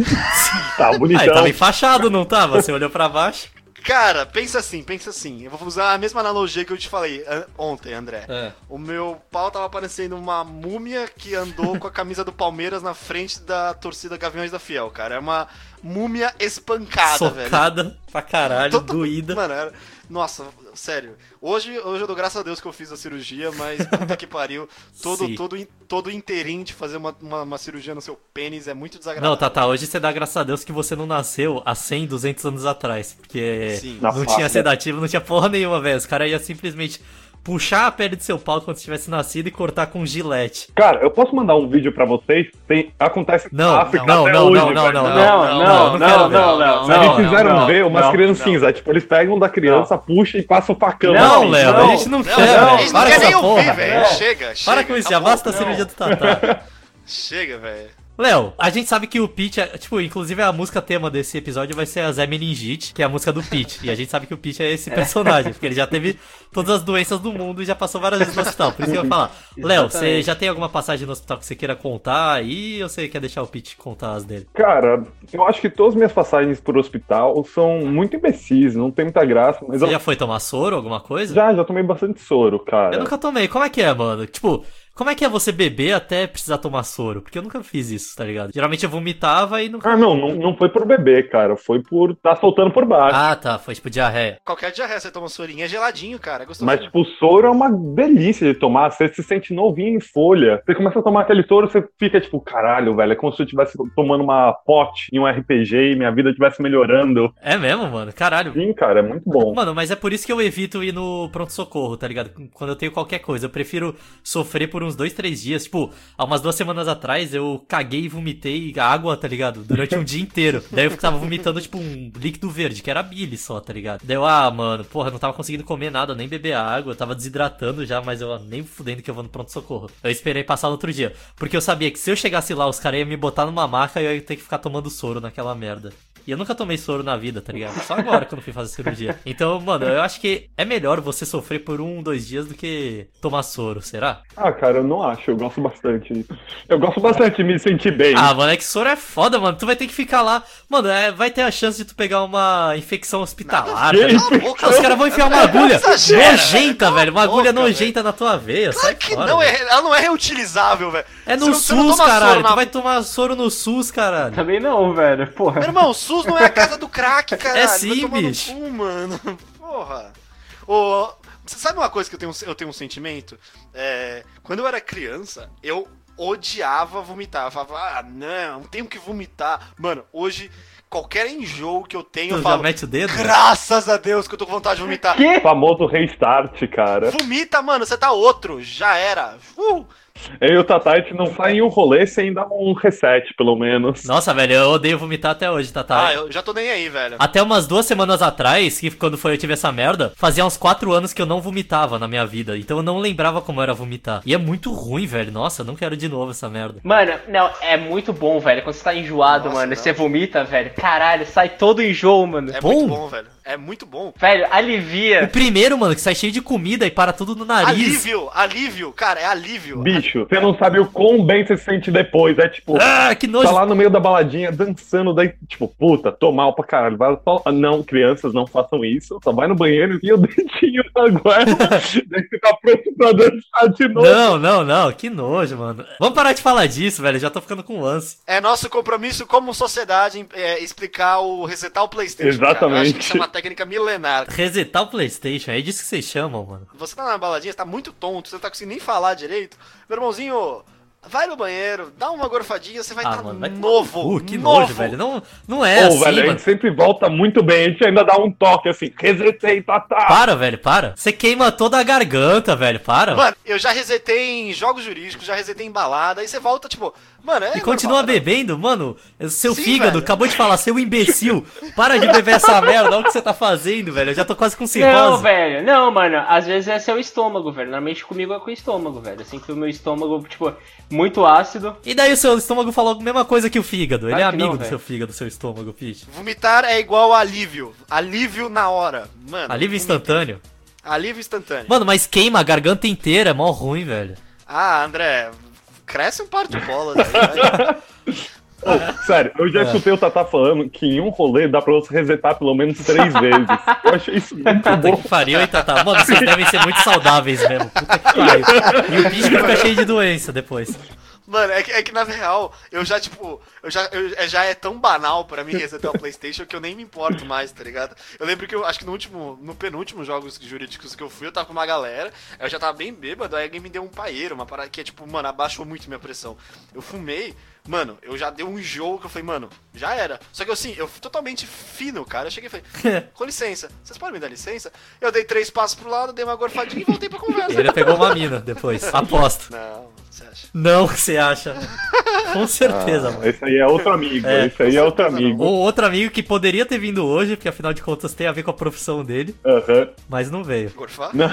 Tá
Ah, ele
bonitão.
tava enfaixado, não tava? Você olhou pra baixo.
Cara, pensa assim, pensa assim. Eu vou usar a mesma analogia que eu te falei an- ontem, André.
É.
O meu pau tava parecendo uma múmia que andou com a camisa do Palmeiras na frente da torcida Gaviões da Fiel, cara. É uma múmia espancada, velho.
Socada pra caralho,
Totalmente-
doída.
Mano, era... nossa, sério. Hoje, hoje eu dou graças a Deus que eu fiz a cirurgia, mas puta que pariu. Todo,
Sim.
todo, in- todo inteirinho de fazer uma, uma, uma cirurgia no seu pênis é muito desagradável.
Não, Tata, hoje você dá graças a Deus que você não nasceu há 100, 200 anos atrás. Porque
Sim.
Na
não
faca.
tinha sedativo, não tinha porra nenhuma, velho. Os caras iam simplesmente puxar a pele do seu pau quando tivesse nascido e cortar com um gilete.
Cara, eu posso mandar um vídeo pra vocês? Tem... Acontece
Não,
na África
não,
tá até
não,
hoje,
não, não,
velho.
não,
não,
não, não,
não, não,
Mas
não,
eles fizeram
não,
ver umas
não,
criancinhas, é, tipo, eles pegam da criança, puxa e passa o facão.
Não,
assim.
Léo, a gente não,
Não,
quer,
não, a
velho.
gente não
Para
quer
com
nem
essa
ouvir,
porra,
velho. Tá Chega, chega.
Para com isso, já
acabou.
basta a cirurgia do Tatá.
Chega, velho.
Léo, a gente sabe que o Pete, é- tipo, inclusive a música tema desse episódio vai ser a Zé Meningite, que é a música do Pete. E a gente sabe que o Pete é esse personagem, porque ele já teve todas as doenças do mundo e já passou várias vezes no hospital. Por isso que eu ia falar. Léo, você
Exatamente.
já tem alguma passagem no hospital que você queira contar aí ou você quer deixar o Pete contar as dele?
Cara, eu acho que todas as minhas passagens pro hospital são muito imbecis, não tem muita graça, mas
Você
eu
já foi tomar soro, alguma coisa?
já, já tomei bastante soro, cara.
é. Eu nunca tomei. Como é que é, mano? Tipo, como é que é você beber até precisar tomar soro? Porque eu nunca fiz isso, tá ligado? Geralmente eu vomitava e nunca.
Ah, não, não, não foi por beber, cara, foi por tá soltando por baixo.
Ah, tá. Foi tipo diarreia.
Qualquer diarreia você toma um sorinho, é geladinho, cara. É gostoso.
Mas, tipo, o soro é uma delícia de tomar. Você se sente novinho em folha. Você começa a tomar aquele soro, você fica tipo, caralho, velho. É como se eu estivesse tomando uma pote em um RPG e minha vida estivesse melhorando.
É mesmo, mano? Caralho.
Sim, cara, é muito bom.
Mano, mas é por isso que eu evito ir no pronto-socorro, tá ligado? Quando eu tenho qualquer coisa. Eu prefiro sofrer por uns dois, três dias. Tipo, há umas duas semanas atrás eu caguei e vomitei água, tá ligado? Durante um dia inteiro. Daí eu tava vomitando, tipo, um líquido verde, que era bile só, tá ligado? Daí eu, ah, mano, porra, não tava conseguindo comer nada, nem beber água. Eu tava desidratando já, mas eu ah, nem fudendo que eu vou no pronto-socorro. Eu esperei passar no outro dia. Porque eu sabia que se eu chegasse lá, os caras iam me botar numa maca e eu ia ter que ficar tomando soro naquela merda. E eu nunca tomei soro na vida, tá ligado? Só agora quando fui fazer cirurgia. Então, mano, eu acho que é melhor você sofrer por um, dois dias do que tomar soro, será?
Ah, cara, eu não acho. Eu gosto bastante. Eu gosto bastante de me sentir bem.
Ah, mano, é que soro é foda, mano. Tu vai ter que ficar lá. Mano, é- vai ter a chance de tu pegar uma infecção hospitalar.
Nada a ver.
velho. Ah, Os caras vão enfiar uma agulha
Exagera,
nojenta, velho. Uma
boca,
agulha nojenta na tua veia. sai
Claro que
fora,
não,
velho.
é, ela não é reutilizável, velho.
É
Você
no
não- você não
SUS,
toma soro
caralho.
na-
Tu vai tomar soro no SUS, caralho.
Também não, velho. Porra.
Meu irmão, o SUS não é a casa do crack, caralho.
É sim,
Vai tomar no
bicho.
cu, mano. Porra. Ô, você sabe uma coisa que eu tenho, eu tenho um sentimento? É, quando eu era criança, eu odiava vomitar. Eu falava, ah, não, tenho que vomitar. Mano, hoje, qualquer enjoo que eu tenho, eu
Tu já
falo,
mete o dedo? velho?
graças a Deus que eu tô com vontade de vomitar.
Famoso restart, cara.
Vomita, mano, você tá outro. Já era. Uh,
Eu e o Tatite não saem o rolê sem dar um reset, pelo menos.
Nossa, velho, eu odeio vomitar até hoje, Tatá.
Ah, eu já tô nem aí, velho.
Até umas duas semanas atrás, que quando foi eu tive essa merda, fazia uns quatro anos que eu não vomitava na minha vida. Então eu não lembrava como era vomitar. E é muito ruim, velho. Nossa, não quero de novo essa merda.
Mano, não, é muito bom, velho. Quando você tá enjoado,
Nossa,
mano,
não.
você vomita, velho. Caralho, sai todo enjoo, mano.
É
Bom?
muito bom, velho. É muito bom.
Velho,
O
alivia.
primeiro, mano, que sai cheio de comida e para tudo no nariz.
É. Alívio, alívio, cara, é alívio.
Bicho, você não sabe o quão bem você se sente depois. É tipo,
Ah, que nojo.
tá lá no meio da baladinha dançando, daí, tipo, puta, tô mal pra caralho. Vai só... "Ah, Não, crianças, não façam isso. Só vai no banheiro e o dentinho na guarda. daí você tá pronto pra dançar de novo.
Não, não, não, que nojo, mano. Vamos parar de falar disso, velho. Já tô ficando com lance.
É nosso compromisso como sociedade em- é, explicar o resetar o PlayStation. Cara. Eu acho
Exatamente.
que isso é uma técnica milenar.
Resetar o PlayStation, é disso que vocês chamam, mano.
Você tá na baladinha, você tá muito tonto, você não tá conseguindo nem falar direito. Meu irmãozinho, vai no banheiro, dá uma gorfadinha, você vai
Ah,
estar
mano, vai tomar
novo.
Uh, que
novo.
nojo, velho. Não, não é
Pô,
assim,
velho, a
mano.
gente sempre volta muito bem. A gente ainda dá um toque assim, resetei, tá, tá.
Para, velho, para. Você queima toda a garganta, velho, para.
Mano, eu já resetei em jogos jurídicos, já resetei em balada, aí você volta, tipo, mano, é.
e continua
normal, né?
bebendo, mano. É Seu
Sim,
fígado,
velho.
acabou de falar, seu imbecil. Para de beber essa merda, olha o que você tá fazendo, velho. Eu já tô quase com
Não,
cirrose.
velho, não, mano. Às vezes é seu estômago, velho. Normalmente comigo é com o estômago, velho. Assim que o meu estômago, tipo, muito ácido.
E daí o seu estômago falou a mesma coisa que o fígado. Ele
Claro
é
que não,
amigo do
velho.
seu fígado, do seu estômago, Pitch.
Vomitar é igual a alívio. Alívio na hora. Mano.
Alívio
vomita.
instantâneo.
Alívio instantâneo.
Mano, mas queima a garganta inteira, é mó ruim, velho.
Ah, André, cresce um par de bolas. aí, vai.
Pô, sério, eu
É.
já escutei o Tatá falando que em um rolê dá pra você resetar pelo menos três vezes. Eu achei isso
Tá
muito
Puta
bom.
que pariu, hein, Tata? Mano, vocês devem ser muito saudáveis mesmo. Puta que pariu. E o bicho que fica cheio de doença depois.
Mano, é que, é que na real, eu já, tipo, eu já, eu- é- já é tão banal pra mim resetar o Playstation que eu nem me importo mais, tá ligado? Eu lembro que eu acho que no último, no penúltimo jogos jurídicos que eu fui, eu tava com uma galera, eu já tava bem bêbado, aí alguém me deu um paeiro, uma parada que é tipo, mano, abaixou muito minha pressão. Eu fumei, mano, eu já dei um enjoo que eu falei, mano, já era. Só que eu assim, eu fui totalmente fino, cara. Eu cheguei e falei, com licença, vocês podem me dar licença? Eu dei três passos pro lado, dei uma gorfadinha e voltei pra conversa.
Ele pegou uma mina depois, aposto.
Não, você acha?
Não, que você acha? Com certeza, mano.
Esse aí é outro amigo,
É,
esse aí é outro amigo.
Ou outro amigo que poderia ter vindo hoje, porque afinal de contas tem a ver com a profissão dele,
Aham.
mas não veio.
Gorfar?
Não,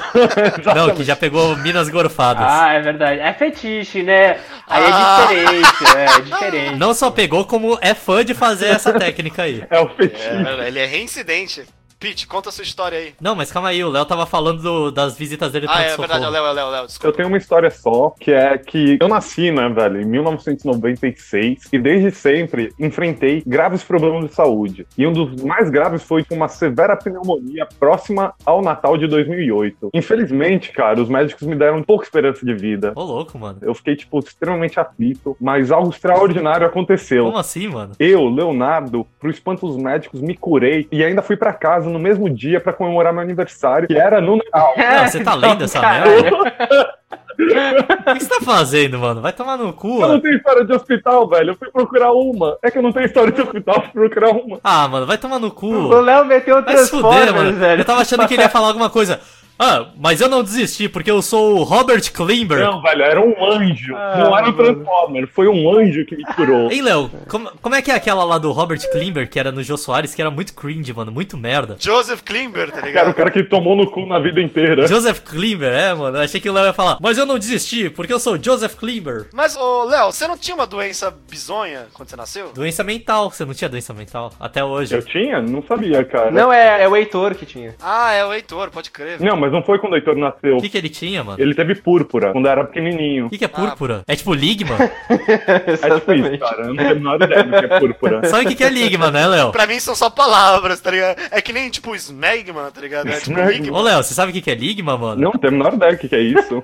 Não, que já pegou minas gorfadas.
Ah, é verdade. É fetiche, né? Aí
Ah.
é diferente, é, é diferente.
Não só pegou, como é fã de fazer essa técnica aí.
é o fetiche.
É, ele é reincidente. Pete, conta a sua história aí.
Não, mas calma aí, o Léo tava falando do- das visitas dele
Ah,
pra
é verdade, é o
socorro.
Léo, é o Léo, é o Léo,
Eu
desculpa.
tenho uma história só, que é que eu nasci, né, velho, em 1996, e desde sempre enfrentei graves problemas de saúde. E um dos mais graves foi uma severa pneumonia próxima ao Natal de 2008. Infelizmente, cara, os médicos me deram pouca esperança de vida.
Ô, louco, mano.
Eu fiquei, tipo, extremamente aflito, mas algo extraordinário aconteceu.
Como assim, mano?
Eu, Leonardo, pro espanto dos médicos, me curei e ainda fui pra casa no mesmo dia pra comemorar meu aniversário, que era no Natal.
Não, você tá
Então,
lendo essa
Caralho.
merda? O que você tá fazendo, mano? Vai tomar no cu,
Eu não
mano.
tenho história de hospital, velho. Eu fui procurar uma. É que eu não tenho história de hospital, fui procurar uma.
Ah, mano, vai tomar no cu.
O Léo meteu o
Vai se fuder,
Transformers,
mano.
velho.
Eu tava achando que ele ia falar alguma coisa. Ah, mas eu não desisti, porque eu sou o Robert Klimber.
Não, velho, era um anjo. não era um Transformer, foi um anjo que me curou.
Ei, Léo, como, como é que é aquela lá do Robert Klimber, que era no Jô Soares, que era muito cringe, mano, muito merda?
Joseph Klimber, tá
Cara, o
ligado?
cara que tomou no cu na vida inteira.
Joseph Klimber, é, mano, eu achei que o Léo ia falar, mas eu não desisti, porque eu sou Joseph Klimber.
Mas, ô, Léo, você não tinha uma doença bizonha quando você nasceu?
Doença mental, você não tinha doença mental, até
Eu
hoje.
tinha? Não sabia, cara.
Não, é, é o Heitor que tinha.
Ah, é o Heitor, pode crer.
Não, mas não foi quando o Heitor nasceu.
O que que ele tinha, mano?
Ele teve púrpura quando era pequenininho.
O que que é púrpura? É tipo ligma?
É tipo isso, cara. Eu não tenho a menor ideia do que é púrpura.
Sabe o que que é ligma, né, Léo?
Pra mim são só palavras, tá ligado? É que nem, tipo, Smegma, tá ligado? É tipo,
Smegma.
Ô,
Ligma.
Léo, você sabe o que que é ligma, mano?
Não, não tenho a menor ideia do que que é isso.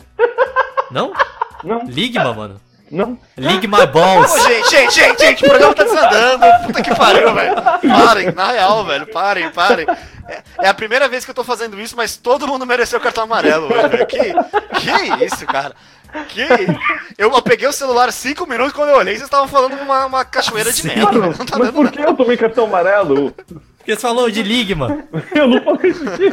Não?
Não,
Ligma, mano.
não.
Ligue my balls.
Ô, gente, gente, gente, gente, o programa tá desandando. Puta que pariu, velho. Parem, na real, velho, parem, parem. É, é a primeira vez que eu tô fazendo isso, mas todo mundo mereceu o cartão amarelo, velho. Que, que isso, cara? Que. Eu peguei o celular cinco minutos quando eu olhei, vocês estavam falando uma, uma cachoeira de merda.
Mano,
velho. Não tá
mas
dando
por que eu tomei cartão amarelo?
Porque você falou de Ligma.
Eu não falei isso aqui.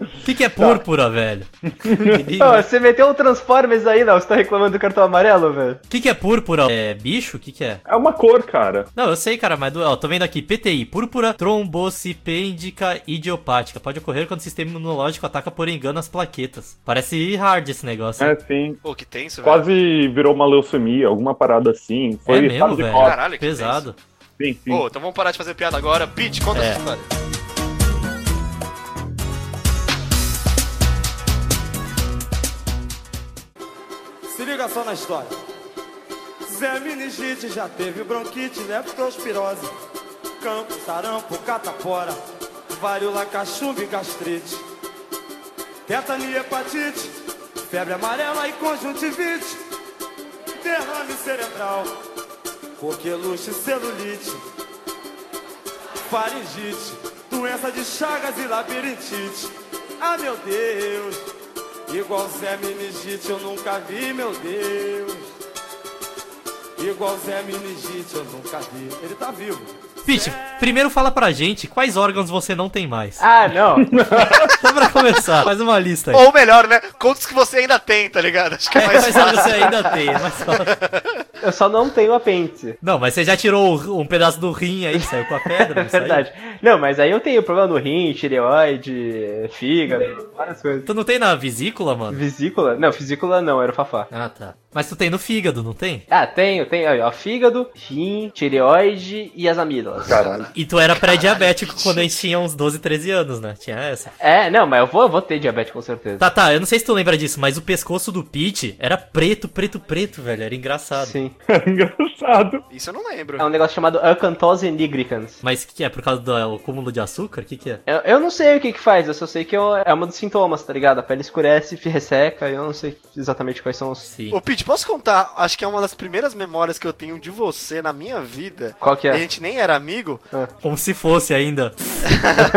O que, que é púrpura, velho?
Ô,
Enigma.
você meteu um Transformers aí, não? Você tá reclamando do cartão amarelo, velho?
O que, que é púrpura? É bicho? O que, que é?
É uma cor, cara.
Não, eu sei, cara, mas do- ó, tô vendo aqui. PTI, púrpura trombocipêndica idiopática. Pode ocorrer quando o sistema imunológico ataca por engano as plaquetas. Parece hard esse negócio.
É assim.
Pô, que tenso, velho.
Quase virou uma leucemia, alguma parada assim. Foi
É mesmo,
estado de
velho.
morte.
Caralho, que
Pesado.
Sim, sim.
Pô, então vamos parar de fazer piada agora. Pete, conta
É.
essa história.
Se liga só na história. Zé Meningite já teve bronquite, leptospirose, campo, sarampo, catapora, varíola, cachumba e gastrite, tetania, e hepatite, febre amarela e conjuntivite, derrame cerebral, coqueluche, celulite, faringite, doença de chagas e labirintite. Ah, meu Deus! Igual Zé Meningite eu nunca vi, meu Deus. Igual Zé Meningite eu nunca vi. Ele tá vivo.
Bicho, primeiro fala pra gente quais órgãos você não tem mais.
Ah, não.
Só pra começar, faz uma lista aí.
Ou melhor, né? Conta os que você ainda tem, tá ligado? Acho que é
É,
mais
mas
fácil.
você ainda tem, é mais fácil.
Eu só não tenho apêndice.
Não, mas você já tirou o- um pedaço do rim aí que saiu com a pedra, não saiu?
É Verdade. Não, mas aí eu tenho problema no rim, tireoide, fígado, várias coisas.
Tu não tem na vesícula, mano?
Vesícula? Não, vesícula não, era o Fafá.
Ah, tá. Mas tu tem no fígado, não tem?
Ah, tenho, tenho. Aí, ó, fígado, rim, tireoide e as amígdalas.
Caralho.
E tu era pré-diabético quando a gente tinha uns 12, 13 anos, né? Tinha essa.
É, não, mas eu vou, eu vou ter diabetes com certeza.
Tá, tá, eu não sei se tu lembra disso, mas o pescoço do Pete era preto, preto, preto, velho. Era engraçado.
Sim.
É engraçado.
Isso eu não lembro.
É um negócio chamado acantose nigricans.
Mas o que, que é? Por causa do é, o cúmulo de açúcar? O que, que é?
Eu, eu não sei o que que faz, eu só sei que eu- é um dos sintomas, tá ligado? A pele escurece, fi- resseca, eu não sei exatamente quais são os...
Sim.
Ô, Pete, posso contar? Acho que é uma das primeiras memórias que eu tenho de você na minha vida.
Qual que
A
é?
gente nem era amigo.
Como se fosse ainda.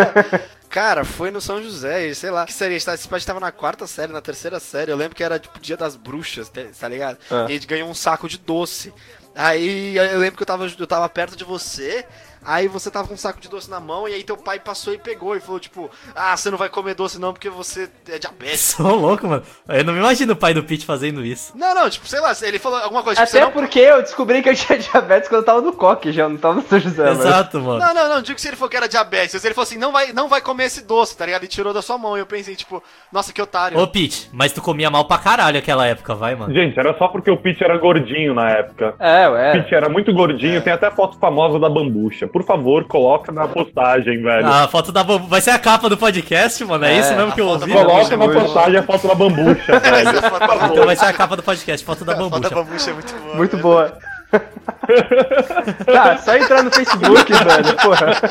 Cara, foi no São José, e sei lá. Que série a gente tava- esse pai tava na quarta série, na terceira série. Eu lembro que era tipo dia das bruxas, tá- tá ligado?
Ah.
E a gente ganhou um saco de doce. Aí eu lembro que eu tava, eu tava perto de você. Aí você tava com um saco de doce na mão e aí teu pai passou e pegou e falou tipo: "Ah, você não vai comer doce não porque você é diabético".
Sou louco, mano. Eu não me imagino o pai do Pete fazendo isso.
Não, não, tipo, sei lá, ele falou alguma coisa, tipo, você
Até
não
porque eu descobri que eu tinha diabetes quando eu tava no coque já, eu não tava no São José, É, mas-
Exato, mano.
Não, não, não, digo que se ele falou que era diabetes, mas ele falou assim, não vai, não vai comer esse doce, tá ligado? E tirou da sua mão. E eu pensei, tipo, nossa, que otário.
Ô, Pete, mas tu comia mal pra caralho aquela época, vai, mano.
Gente, era só porque o Pete era gordinho na época.
É,
O
ué.
Pete era muito gordinho, tem até a foto famosa da bambucha. Por favor, coloca na postagem, velho.
Ah, A foto da bambu... Vai ser a capa do podcast, mano? É,
É,
isso mesmo que eu
a foto
ouvi?
da
Então
coloca na postagem a foto da bambucha, velho.
Essa foto da
Então,
bambucha-
vai ser a capa do podcast, foto da
a foto da
bambucha.
bambucha é muito boa.
Muito
né?
boa. tá, só entrar no Facebook, velho, porra.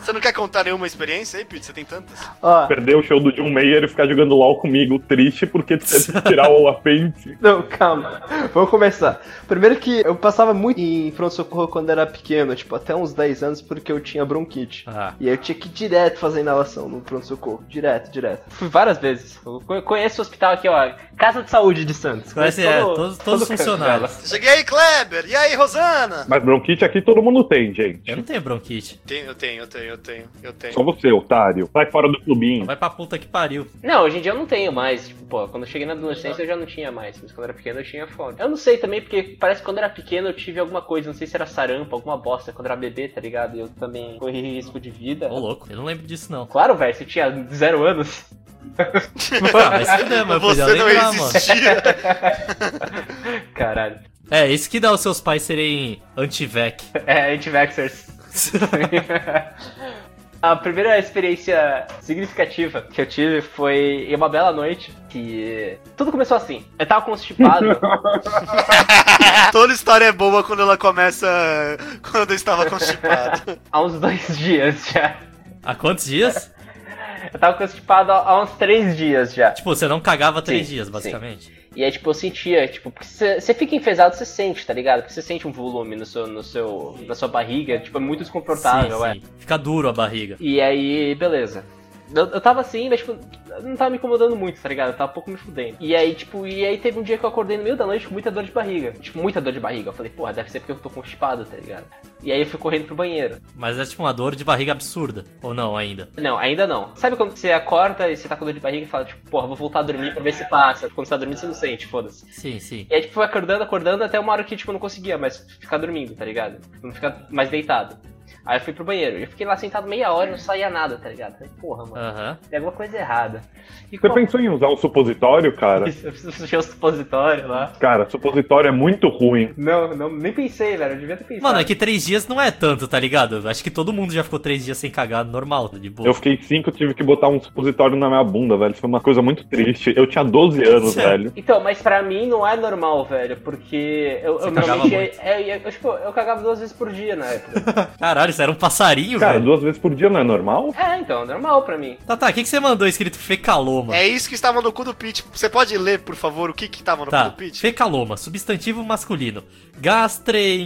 Você não quer contar nenhuma experiência aí, Pete? Você tem tantas?
Ó,
Perder o show do John Mayer e ficar jogando LOL comigo, triste, porque teve que tirar o apêndice.
Não, calma. Vamos começar. Primeiro que eu passava muito em pronto-socorro quando era pequeno, tipo, até uns 10 anos, porque eu tinha bronquite.
Ah.
E eu tinha que ir direto fazer inalação no pronto-socorro. Direto, direto. Fui várias vezes. Eu co- conheço o hospital aqui, ó. Casa de Saúde de Santos.
Conhece, é, todos, todos os
canto dela.
funcionários.
Cheguei aí, Kleber! E aí, Rosana?
Mas bronquite aqui todo mundo tem, gente.
Eu não tenho bronquite.
Tenho, eu tenho, eu tenho, eu tenho, eu tenho.
Só você, otário. Sai fora do clubinho.
Vai pra puta que pariu.
Não, hoje em dia eu não tenho mais. Tipo, pô, quando eu cheguei na adolescência eu já não tinha mais. Mas quando eu era pequeno eu tinha fome. Eu não sei também, porque parece que quando eu era pequeno eu tive alguma coisa. Não sei se era sarampo, alguma bosta. Quando eu era bebê, tá ligado? E eu também corri risco de vida.
Ô, louco, eu não lembro disso, não.
Claro, velho, você tinha zero anos.
Ah, mas se der, mas eu podia
Você não
lembrar, mano.
existia.
Caralho.
É, isso que dá os seus pais serem anti-vec.
É, anti-vaxxers. A primeira experiência significativa que eu tive foi em uma bela noite que. Tudo começou assim. Eu tava constipado.
Toda história é boa quando ela começa. Quando eu estava constipado.
há uns dois dias já.
Há quantos dias?
Eu tava constipado há- há uns três dias já.
Tipo, você não cagava três
Sim,
dias,
sim.
basicamente.
E aí, tipo, eu sentia, tipo, porque você fica enfesado, você sente, tá ligado? Porque você sente um volume no seu, no seu, na sua barriga, tipo, é muito desconfortável, é.
Fica duro a barriga.
E aí, beleza. Eu, eu tava assim, mas tipo, não tava me incomodando muito, tá ligado? Eu tava um pouco me fudendo. E aí, tipo, e aí teve um dia que eu acordei no meio da noite com muita dor de barriga. Tipo, muita dor de barriga. Eu falei, porra, deve ser porque eu tô constipado, tá ligado? E aí eu fui correndo pro banheiro.
Mas é tipo uma dor de barriga absurda. Ou não, ainda.
Não, ainda não. Sabe quando você acorda e você tá com dor de barriga e fala, tipo, porra, vou voltar a dormir pra ver se passa. Quando você tá dormindo, você não sente, foda-se.
Sim, sim.
E aí, tipo, fui acordando, acordando, até uma hora que, tipo, eu não conseguia mais ficar dormindo, tá ligado? Não ficar mais deitado. Aí eu fui pro banheiro. Eu fiquei lá sentado meia hora e não saía nada, tá ligado? Falei, porra, mano,
Aham.
tem alguma coisa errada. E
Você
qual-
pensou em usar um supositório, cara?
Eu preciso sujar o supositório lá.
Cara, supositório é muito ruim.
Não, não, nem pensei, velho. Eu devia ter pensado.
Mano, é que três dias não é tanto, tá ligado? Acho que todo mundo já ficou três dias sem cagar, normal, tá de boa.
Eu fiquei cinco, eu tive que botar um supositório na minha bunda, velho. Isso foi uma coisa muito triste. Eu tinha 12 anos,
Sério?
velho.
Então, mas pra mim não é normal, velho, porque eu, eu
Você cagava
normalmente. é- é- eu, tipo, eu cagava duas vezes por dia na época.
Caralho, isso era um passarinho,
Cara,
velho.
duas vezes por dia não é normal?
é, então, é normal pra mim.
Tá, tá, o que, que você mandou escrito fecaloma?
É isso que estava no cu do Pete. Você pode ler, por favor, o que que estava no cu
Tá,
do Pete?
fecaloma, substantivo masculino.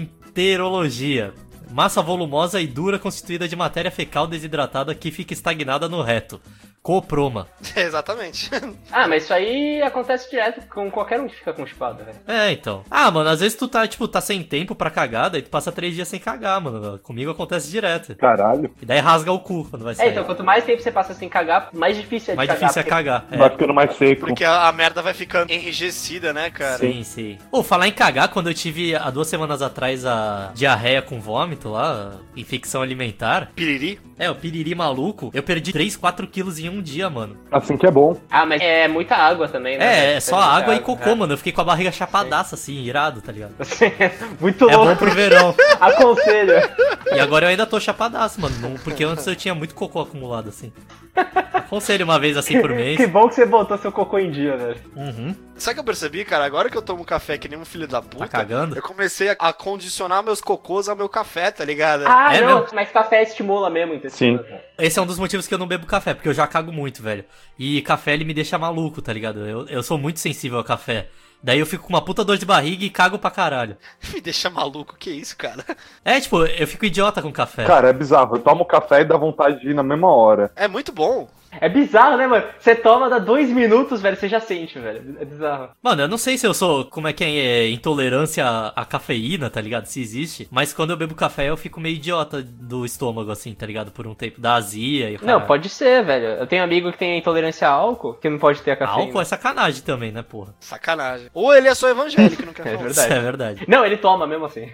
Gastroenterologia. Massa volumosa e dura constituída de matéria fecal desidratada que fica estagnada no reto. Coproma.
Exatamente.
Ah, mas isso aí acontece direto com qualquer um que fica com espada, velho.
É, então. Ah, mano, às vezes tu tá, tipo, tá sem tempo pra cagar, daí tu passa três dias sem cagar, mano. Comigo acontece direto.
Caralho.
E daí rasga o cu quando vai
É,
sair.
então quanto mais tempo você passa sem cagar, mais difícil é de
Mais
cagar.
difícil é
porque-
cagar. É.
Vai ficando mais seco.
Porque a, a merda vai ficando enrijecida, né, cara?
Sim, sim. Ou falar em cagar, quando eu tive há duas semanas atrás a diarreia com vômito lá, a infecção alimentar,
Piriri.
é, o piriri maluco, eu perdi 3, 4 quilos em um dia, mano.
Assim que é bom.
Ah, mas é muita água também, né?
É,
velho?
é só
muita
água e cocô,
é.
mano. Eu fiquei com a barriga chapadaça, assim, irado, tá ligado?
Muito
É bom
louco.
pro verão.
Aconselho.
E agora eu ainda tô chapadaço, mano. não- Porque antes eu tinha muito cocô acumulado, assim. Aconselho uma vez assim por mês.
Que bom que você botou seu cocô em dia, velho.
Uhum.
Sabe o que eu percebi, cara? Agora que eu tomo café que nem um filho da puta,
Tá cagando?
eu comecei a, a condicionar meus cocôs ao meu café, tá ligado?
Ah,
É
não,
mesmo?
mas café estimula mesmo, entendeu?
Sim.
Esse é um dos motivos que eu não bebo café, porque eu já cago muito, velho. E café ele me deixa maluco, tá ligado? Eu, eu sou muito sensível ao café. Daí eu fico com uma puta dor de barriga e cago pra caralho.
Me deixa maluco, que isso, cara?
É, tipo, eu fico idiota com café.
Cara, é bizarro. Eu tomo café e dá vontade de ir na mesma hora.
É muito bom.
É bizarro, né, mano? Você toma, dá dois minutos, velho, você já sente, velho. É bizarro.
Mano, eu não sei se eu sou, como é que é, intolerância à à cafeína, tá ligado? Se existe. Mas quando eu bebo café, eu fico meio idiota do estômago, assim, tá ligado? Por um tempo. Da azia e o
Não,
caralho.
pode ser, velho. Eu tenho um amigo que tem intolerância a álcool, que não pode ter a cafeína.
Álcool é sacanagem também, né, porra?
Sacanagem. Ou ele é só evangélico, não quer
É
falar.
verdade.
Isso é verdade.
Não, ele toma mesmo assim.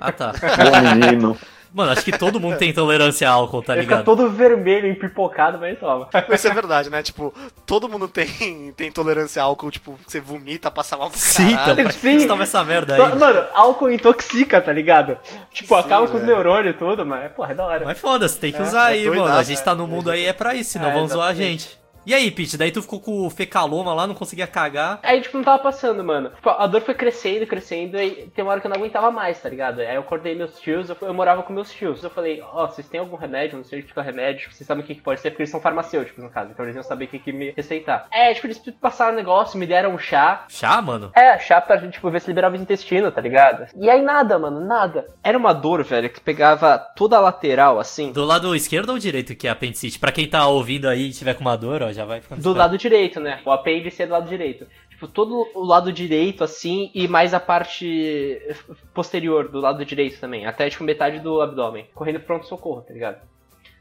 Ah, tá.
Bom menino.
Mano, acho que todo mundo tem intolerância a álcool, tá
ele fica
ligado?
todo vermelho, empipocado, mas ele toma.
Mas isso é verdade, né? Tipo, todo mundo tem, tem intolerância a álcool, tipo, você vomita, passa mal pro
Sim, então,
caralho.
pra que
Sim.
você toma essa merda
Só-
aí?
Mano, álcool intoxica, tá ligado? Tipo,
Sim,
acaba com os
é.
velho.
neurônios e tudo, mas, porra, é da hora.
Mas foda-se, tem que usar
é
aí,
doidaço,
mano. A gente
né?
tá no mundo aí é pra isso, senão
É,
vão zoar a
exatamente.
gente. E aí, Pete, daí tu ficou com o fecaloma lá, não conseguia cagar.
Aí, tipo, não tava passando, mano. Tipo, a dor foi crescendo, crescendo, e tem uma hora que eu não aguentava mais, tá ligado? Aí eu acordei meus tios, eu, eu morava com meus tios. Eu falei, ó, vocês têm algum remédio? Não sei onde fica o é remédio, tipo, vocês sabem o que, que pode ser, porque eles são farmacêuticos, no caso, então eles iam saber o que, que me receitar. É, tipo, eles passaram o negócio, me deram um chá.
Chá, mano?
É, chá pra gente, tipo, ver se liberava o intestino, tá ligado? E aí nada, mano, nada. Era uma dor, velho, que pegava toda a lateral, assim.
Do lado esquerdo ou direito que é apendicite? Pra quem tá ouvindo aí e tiver com uma dor, ó, já vai ficando
Do
esperto.
lado direito, né? O apêndice é do lado direito. Tipo, todo o lado direito, assim, e mais a parte posterior do lado direito também. Até, tipo, metade do abdômen. Correndo pro pronto-socorro, tá ligado?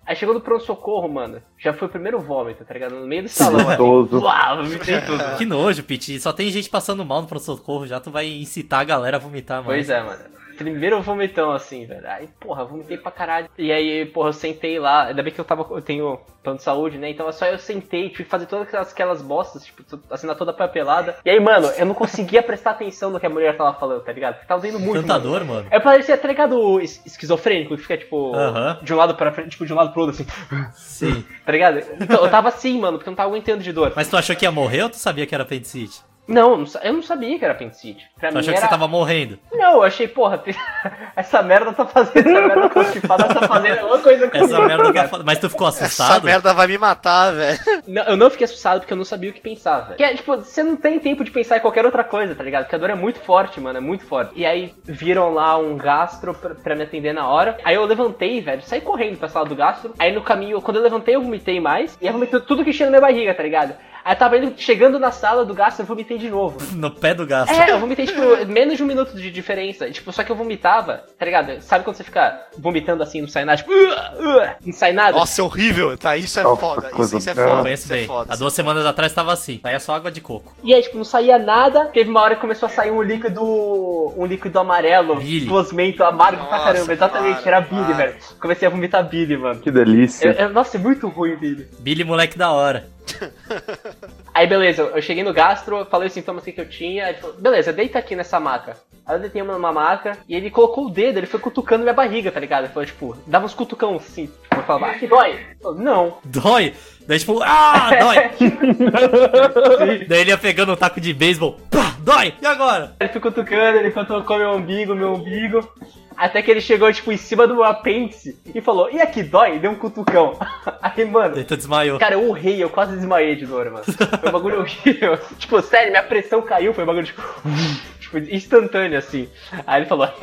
Aí chegou no pronto-socorro, mano. Já foi o primeiro vômito, tá ligado? No meio do salão. assim.
Gostoso.
Uau, vomitei tudo.
É.
Que nojo, Pete. Só tem gente passando mal no pronto-socorro, já tu vai incitar a galera a vomitar, mano.
Pois é, mano. Primeiro vomitão, assim, velho. Aí, porra, vomitei pra caralho. E aí, porra, eu sentei lá. Ainda bem que eu tava. Eu tenho plano de saúde, né? Então é só eu sentei, tive que fazer todas aquelas, aquelas bostas, tipo, tu- assinar toda a papelada. E aí, mano, eu não conseguia prestar atenção no que a mulher tava falando, tá ligado? Porque tava doendo muito.
Tanta
mano.
dor, mano.
Eu parecia tá ligado es- esquizofrênico, que fica, tipo,
Aham.
de um lado pra frente, tipo, de um lado pro outro, assim,
Sim.
tá ligado? Então, eu tava assim, mano, porque eu não tava aguentando de dor.
Mas tu achou que ia morrer ou tu sabia que era apendicite?
Não, eu não sa- eu não sabia que era apendicite. Pra
Tu
mim
achou que
era...
você tava morrendo.
Não, eu achei, porra, essa merda tá fazendo, essa merda constipada tá fazendo alguma coisa com
Essa merda que ela fala- Mas tu ficou
Essa
assustado?
merda vai me matar, velho.
Não, eu não fiquei assustado porque eu não sabia o que pensar, velho. Que é, tipo, você não tem tempo de pensar em qualquer outra coisa, tá ligado? Porque a dor é muito forte, mano, é muito forte. E aí viram lá um gastro pra, pra me atender na hora. Aí eu levantei, velho, saí correndo pra sala do gastro. Aí no caminho, quando eu levantei, eu vomitei mais. E eu vomitei tudo que tinha na minha barriga, tá ligado? Aí eu tava indo, chegando na sala do gastro, eu vomitei de novo.
No pé do gasto.
É, eu vomitei, tipo, menos de um minuto de diferença. Tipo, só que eu vomitava, tá ligado? Sabe quando você fica vomitando assim, não sai nada, tipo, "Ugh, ugh", não sai nada?
Nossa, é horrível. Tá, isso é
Nossa,
foda. Isso,
coisa
isso é
boa.
Eu
foda.
conheço
Isso é
bem.
foda.
Há duas semanas atrás tava assim. Aí é só água de coco.
E aí, tipo, não saía nada. Teve uma hora que começou a sair um líquido. Um líquido amarelo,
Bile.
gosmento, amargo pra
Nossa,
caramba. Exatamente,
para,
era Billy,
para.
velho. Comecei a vomitar Billy, mano.
Que delícia.
Eu- eu- nossa, é muito ruim, Billy.
Billy, moleque da hora.
Aí, beleza, eu cheguei no gastro, falei os sintomas que eu tinha. Ele falou, beleza, deita aqui nessa maca. Aí eu deitei numa maca e ele colocou o dedo, ele foi cutucando minha barriga, tá ligado? Ele falou, tipo, dava uns cutucão assim. Tipo, eu falava, ah, que dói. Ele falou, não.
Dói. Daí tipo, ah, dói. Daí ele ia pegando um taco de beisebol. Pá, dói. E agora?
Ele ficou tocando, ele tocou meu umbigo, meu umbigo. Até que ele chegou, tipo, em cima do meu apêndice e falou, e aqui dói? Deu um cutucão. Aí, mano,
Daí tu desmaiou.
cara, eu urrei, eu quase desmaiei de dor, mano. Foi um bagulho horrível. Tipo, sério, minha pressão caiu, foi um bagulho tipo, tipo instantâneo, assim. Aí ele falou,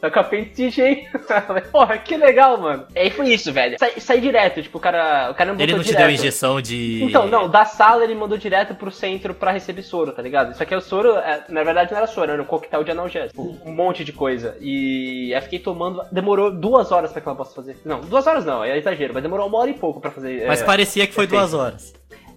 Tá com apendicite, hein? Eu falei, Porra, que legal, mano. E aí foi isso, velho. Sai, sai direto, tipo, o cara, o cara não botou
Ele não te
direto.
deu injeção de.
Então, não, da sala ele mandou direto pro centro pra receber soro, tá ligado? Só que o soro, é, na verdade não era soro, era um coquetel de analgésico, um monte de coisa. E eu fiquei tomando, demorou duas horas pra que ela possa fazer. Não, duas horas não, é exagero, mas demorou uma hora e pouco pra fazer.
Mas
é...
parecia que foi
Perfeito.
duas horas.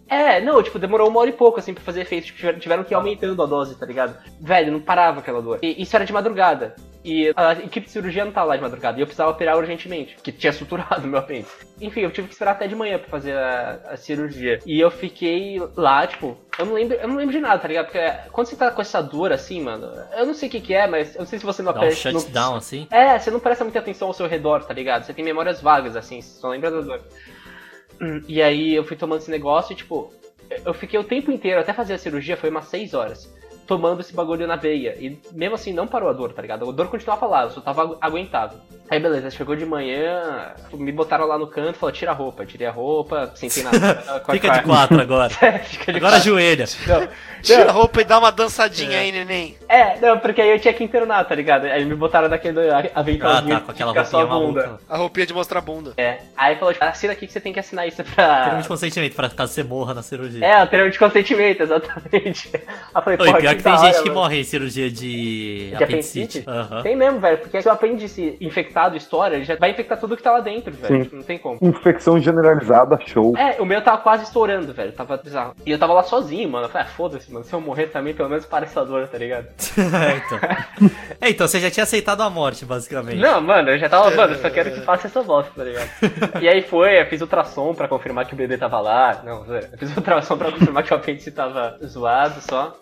É, não, tipo, demorou uma hora e pouco, assim, pra fazer efeito. Tipo, tiver- tiveram que ir aumentando a dose, tá ligado? Velho, não parava aquela dor. E isso era de madrugada. E a equipe de cirurgia não tava lá de madrugada. E eu precisava operar urgentemente, que tinha suturado meu apêndice. Enfim, eu tive que esperar até de manhã pra fazer a, a cirurgia. E eu fiquei lá, tipo, eu não lembro, eu não lembro de nada, tá ligado? Porque quando você tá com essa dor assim, mano, eu não sei o que que é, mas eu não sei se você não
Dá um
aperta. não-
shutdown assim.
é, você não presta muita atenção ao seu redor, tá ligado? Você tem memórias vagas, assim, você só lembra da dor. Hum, E aí eu fui tomando esse negócio e, tipo, eu fiquei o tempo inteiro, até fazer a cirurgia, foi umas 6 horas, tomando esse bagulho na veia. E mesmo assim não parou a dor, tá ligado? A dor continuava lá, eu só tava agu- aguentável. Aí beleza, chegou de manhã, me botaram lá no canto, falou, tira a roupa, tirei a roupa, sentei na.
Fica de quatro agora.
É, Fica de
Agora
quatro.
ajoelha.
Não.
É.
Tira a roupa e dá uma dançadinha aí, neném.
É, não, porque aí eu tinha que internar, tá ligado? Aí me botaram naquele
Ah,
aventalzinho
tá, com aquela
que fica só
roupinha
a bunda.
maluca. né?
A roupinha de mostrar a bunda.
É, aí falou, tipo, assina aqui que você tem que assinar isso pra...
Termo de consentimento, pra caso você morra na cirurgia.
Ah. É, o termo de consentimento, exatamente. Aí falei,
Oi,
porra,
pior que, tem
da
gente
hora,
que
mano.
morre né? em cirurgia de,
De apendicite?
Aham.
Tem mesmo, velho, porque se o apêndice infectado estoura, ele já vai infectar tudo que tá lá dentro, velho.
Sim.
Tipo, não tem como.
Infecção generalizada, show.
É, o meu tava quase estourando, velho. Tava bizarro. E eu tava lá sozinho, mano. Eu falei, ah, foda-se, mano. Se eu morrer também, pelo menos para essa dor, tá ligado?
É, então. É, então você já tinha aceitado a morte, basicamente.
Não, mano, eu já tava, mano, eu só quero que passe essa bosta, tá ligado? e aí foi, eu fiz ultrassom pra confirmar que o bebê tava lá. Não, zoeira. eu fiz ultrassom pra confirmar que o apêndice tava zoado só.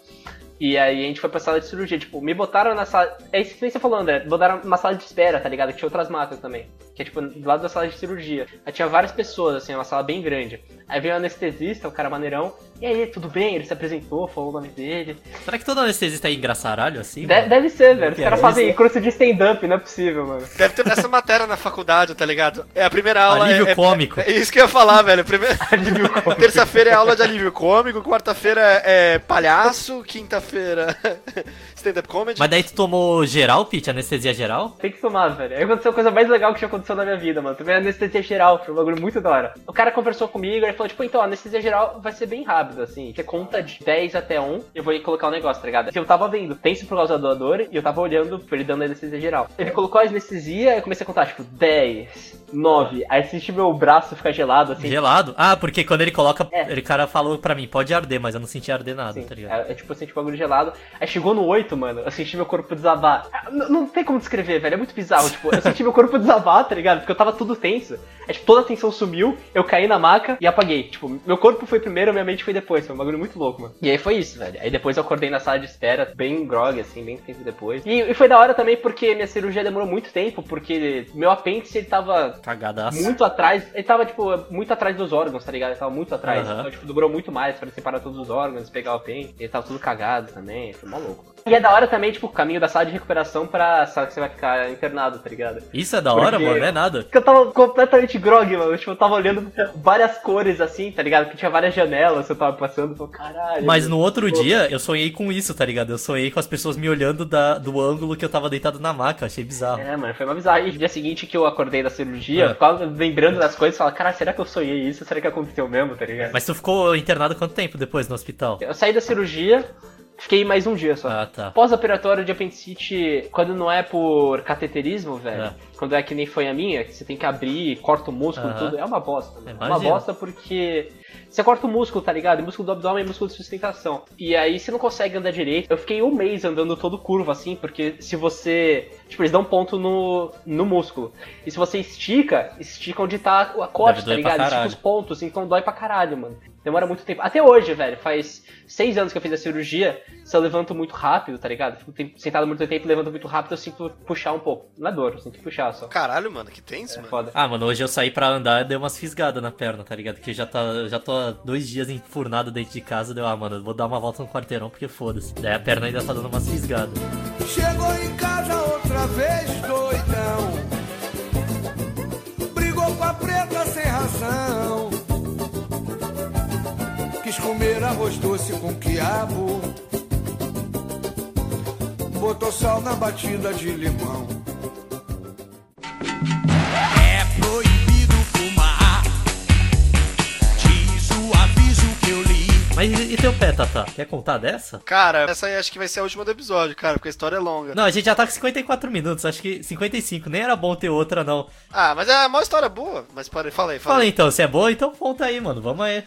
E aí a gente foi pra sala de cirurgia, tipo, me botaram na sala. É isso que nem você falou, André. Botaram uma sala de espera, tá ligado? Que tinha outras macas também. Que é tipo do lado da sala de cirurgia. Aí tinha várias pessoas, assim, uma sala bem grande. Aí veio o anestesista, o cara maneirão. E aí, tudo bem? Ele se apresentou, falou o nome dele.
Será que todo anestesista é engraçaralho assim?
De-
mano?
deve ser, velho. Os
que é
caras
isso?
fazem curso de stand-up, não é possível, mano.
Deve ter essa matéria na faculdade, tá ligado? É a primeira aula.
Alívio
é, é-
cômico.
é isso que eu ia falar, velho. Primeiro... Terça-feira é aula de alívio cômico, quarta-feira é palhaço, quinta-feira stand-up comedy.
Mas daí tu tomou geral, Pete? Anestesia geral?
Tem que somar, velho. Aí aconteceu a coisa mais legal que já aconteceu na minha vida, mano. Também a anestesia geral, foi um bagulho muito da hora. O cara conversou comigo, ele falou, tipo, então, a anestesia geral vai ser bem rápida, assim. Você conta de 10 até 1, eu vou colocar um negócio, tá ligado? Que eu tava vendo, tenso por causa da dor, e eu tava olhando pra ele dando a anestesia geral. Ele colocou a anestesia, eu comecei a contar, tipo, 10, 9. Aí senti meu braço ficar gelado, assim.
Gelado? Ah, porque quando ele coloca.
É.
Ele cara falou pra mim, pode arder, mas eu não senti arder nada,
Sim,
tá ligado?
é, é, tipo, eu senti o bagulho gelado. Aí chegou no 8, mano, eu senti meu corpo desabar. Ah, n- Não tem como descrever, velho, é muito bizarro. Tipo, eu senti meu corpo desabar, tá ligado? Porque eu tava tudo tenso. É, tipo, toda a tensão sumiu, eu caí na maca e apaguei. Tipo, meu corpo foi primeiro, minha mente foi depois. Foi um bagulho muito louco, mano. E aí foi isso, velho. Aí depois eu acordei na sala de espera, bem grog, assim, bem tempo depois. E, e foi da hora também porque minha cirurgia demorou muito tempo, porque meu apêndice ele tava
cagadaço.
É. muito atrás. Ele tava, tipo, muito atrás dos órgãos, tá ligado? Ele tava muito atrás.
Aham.
Então, tipo, demorou muito mais pra ele separar todos os órgãos, pegar o pente. Ele tava tudo cagado também, foi maluco. E é da hora também, tipo, o caminho da sala de recuperação pra sala que você vai ficar internado, tá ligado?
Isso é da hora,
Porque-
mano, não é nada.
Porque eu tava completamente grog, mano. Tipo, eu tava olhando pra várias cores assim, tá ligado? Que tinha várias janelas, eu tava passando, eu falei, caralho.
Mas no outro dia eu sonhei com isso, tá ligado? Eu sonhei com as pessoas me olhando da- do ângulo que eu tava deitado na maca, achei bizarro.
É, mano, foi uma bizarra. E no dia seguinte que eu acordei da cirurgia,
É.
eu ficava lembrando das coisas, falava, cara, será que eu sonhei isso? Será que aconteceu mesmo, tá ligado?
Mas tu ficou internado quanto tempo depois no hospital?
Eu saí da cirurgia, fiquei mais um dia só.
Ah, tá.
Pós-operatório de apendicite, quando não é por cateterismo, velho,
É.
quando é que nem foi a minha, que você tem que abrir, corta o músculo,
Aham.
tudo, é uma bosta. né? É uma
Imagino.
bosta porque você corta o músculo, tá ligado? O músculo do abdômen é músculo de sustentação. E aí você não consegue andar direito. Eu fiquei um mês andando todo curvo, assim, porque se você. Tipo, eles dão ponto no, no músculo. E se você estica, estica onde tá a corte, tá
doer pra
ligado? Estica
caralho.
os pontos, então dói pra caralho, mano. Demora muito tempo. Até hoje, velho, faz seis anos que eu fiz a cirurgia, se eu levanto muito rápido, tá ligado? Fico tem- sentado muito tempo, levanto muito rápido, eu sinto puxar um pouco. Não é dor, eu sinto puxar só.
Caralho, mano, que tenso,
É
mano.
foda.
Ah, mano, hoje eu saí pra andar e dei umas fisgadas na perna, tá ligado? Que já, tá, já tô há dois dias enfurnado dentro de casa, deu, ah, mano, eu vou dar uma volta no quarteirão porque foda-se. Daí a perna ainda tá dando umas fisgadas.
Chegou em casa outra vez, doidão. Brigou com a preta sem razão. Quis comer arroz doce com quiabo. Botou sal na batida de limão.
É proibido fumar. Diz o aviso que eu li.
Mas e, e teu pé, Tata? Quer contar dessa?
Cara, essa aí acho que vai ser a última do episódio, cara, porque a história é longa.
Não, a gente já tá com 54 minutos, acho que 55, nem era bom ter outra, não.
Ah, mas é uma história boa. Mas para, fala aí, fala
Fala
aí.
então, se é boa, então conta aí, mano, vamos aí.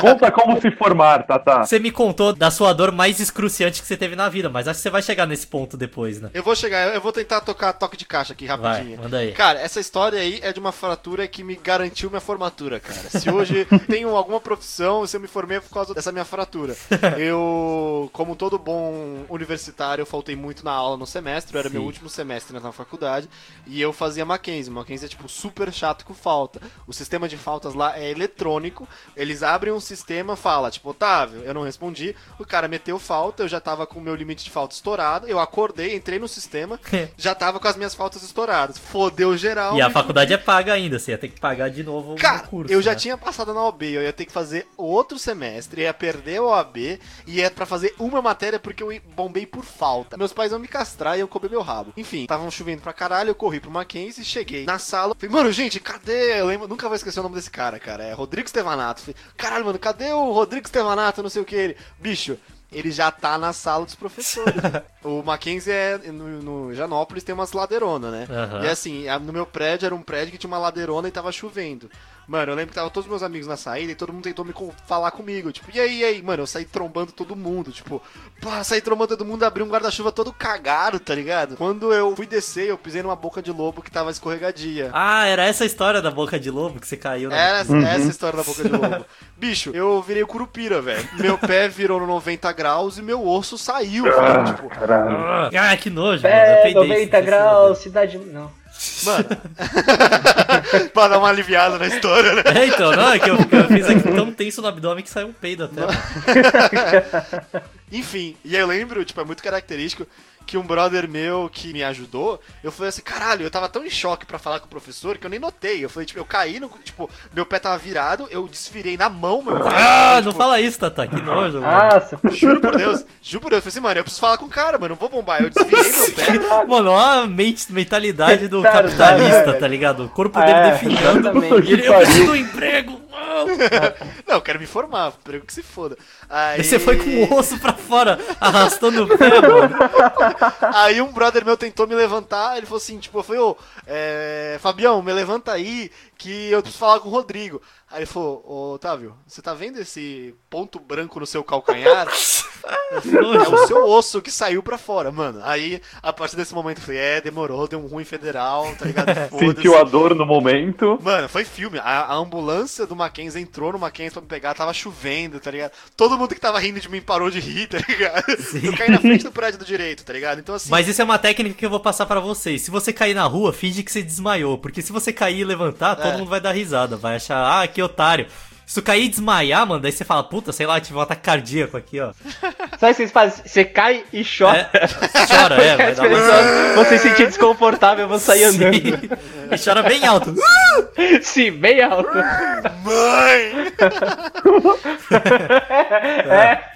Conta como se formar, Tata.
Você me contou da sua dor mais excruciante que você teve na vida, mas acho que você vai chegar nesse ponto depois, né?
Eu vou chegar, eu vou tentar tocar toque de caixa aqui
Vai,
rapidinho.
manda aí.
Cara, essa história aí é de uma fratura que me garantiu minha formatura, cara. Se hoje tenho alguma profissão, se eu me formei é por causa dessa minha fratura. Eu, como todo bom universitário, eu faltei muito na aula no semestre, era meu último semestre na faculdade, e eu fazia Mackenzie. Mackenzie é, tipo, super chato com falta. O sistema de faltas lá é eletrônico, eles abrem um sistema, fala, tipo, Otávio, eu não respondi, o cara meteu falta, eu já tava com o meu limite de falta estourado, eu acordei, entrei no sistema, já tava com as minhas faltas estouradas. Fodeu geral.
E a
me
faculdade é paga ainda, você ia ter que pagar de novo o
Cara,
curso.
eu já
né?
tinha passado na OAB, eu ia ter que fazer outro semestre, ia perder a OAB e ia pra fazer uma matéria porque eu bombei por falta. Meus pais vão me castrar e eu comer meu rabo. Enfim, estavam chovendo pra caralho, eu corri pro Mackenzie, cheguei na sala, falei, mano, gente, cadê? Eu lembro, nunca vou esquecer o nome desse cara, cara, é Rodrigo Stevanato. Falei, caralho, mano, cadê o Rodrigo Stevanato, não sei o que ele? Bicho... Ele já tá na sala dos professores. o Mackenzie é. No, no Janópolis tem umas ladeironas, né?
Aham.
E assim, a- no meu prédio era um prédio que tinha uma ladeirona e tava chovendo. Mano, eu lembro que tava todos meus amigos na saída e todo mundo tentou me co- falar comigo. Tipo, e aí, e aí? Mano, eu saí trombando todo mundo. Tipo, pá, saí trombando todo mundo, abri um guarda-chuva todo cagado, tá ligado? Quando eu fui descer, eu pisei numa boca de lobo que tava escorregadia.
Ah, era essa a história da boca de lobo que você caiu na.
Era essa- essa a história da boca de lobo. Bicho, eu virei o curupira, velho. Meu pé virou no 90 graus e meu osso saiu, velho. Tipo,
Caralho.
Ah, que nojo, mano. Eu
Pé,
peidei,
90
esqueci o nome
É, graus, cidade. Não.
mano. pra dar uma aliviada na história, né?
dele. É, então, não, é que eu, que eu fiz aqui tão tenso no abdômen que saiu um peido até.
Enfim, e eu lembro, tipo, é muito característico que um brother meu que me ajudou, eu falei assim, caralho, eu tava tão em choque pra falar com o professor que eu nem notei. Eu falei, tipo, eu caí no. Tipo, meu pé tava virado, eu desvirei na mão, meu.
Ah, não
tipo,
fala isso, Tata, que nojo, mano.
Nossa,
Juro por Deus, juro por Deus. Eu falei assim, mano, eu preciso falar com o cara, mano, eu não vou bombar. Eu desvirei meu pé.
Mano, olha a mente- mentalidade do
Cara,
capitalista,
velho.
tá ligado? O corpo dele
É,
definhando.
exatamente.
Ele, eu preciso do emprego. não.
Não, eu quero me formar, prego que se foda. Aí
Aí você foi com o osso pra fora, arrastando o pé, mano.
Aí um brother meu tentou me levantar, ele falou assim, tipo, eu falei, ô, é, Fabião, me levanta aí que eu preciso falar com o Rodrigo. Aí ele falou, ô, Otávio, você tá vendo esse ponto branco no seu calcanhar? É o seu osso que saiu pra fora, mano. Aí, a partir desse momento, eu falei, é, demorou, deu um ruim federal, tá ligado?
Sentiu a dor no momento.
Mano, foi filme. A, a ambulância do Mackenzie entrou no Mackenzie pra me pegar, tava chovendo, tá ligado? Todo mundo que tava rindo de mim parou de rir, tá ligado? Eu caí na frente do prédio do direito, tá ligado? Então assim.
Mas isso é uma técnica que eu vou passar pra vocês. Se você cair na rua, finge que você desmaiou. Porque se você cair e levantar, todo
É.
mundo vai dar risada. Vai achar, ah, que otário. Se tu cair e desmaiar, mano, daí você fala, puta, sei lá, tive um ataque cardíaco aqui, ó.
Sabe o que vocês fazem? Você cai e chora.
Chora, é, vai dar uma...
Você se sentir desconfortável, eu vou sair
Sim.
andando.
E chora bem alto.
Sim, bem alto.
Mãe!
É.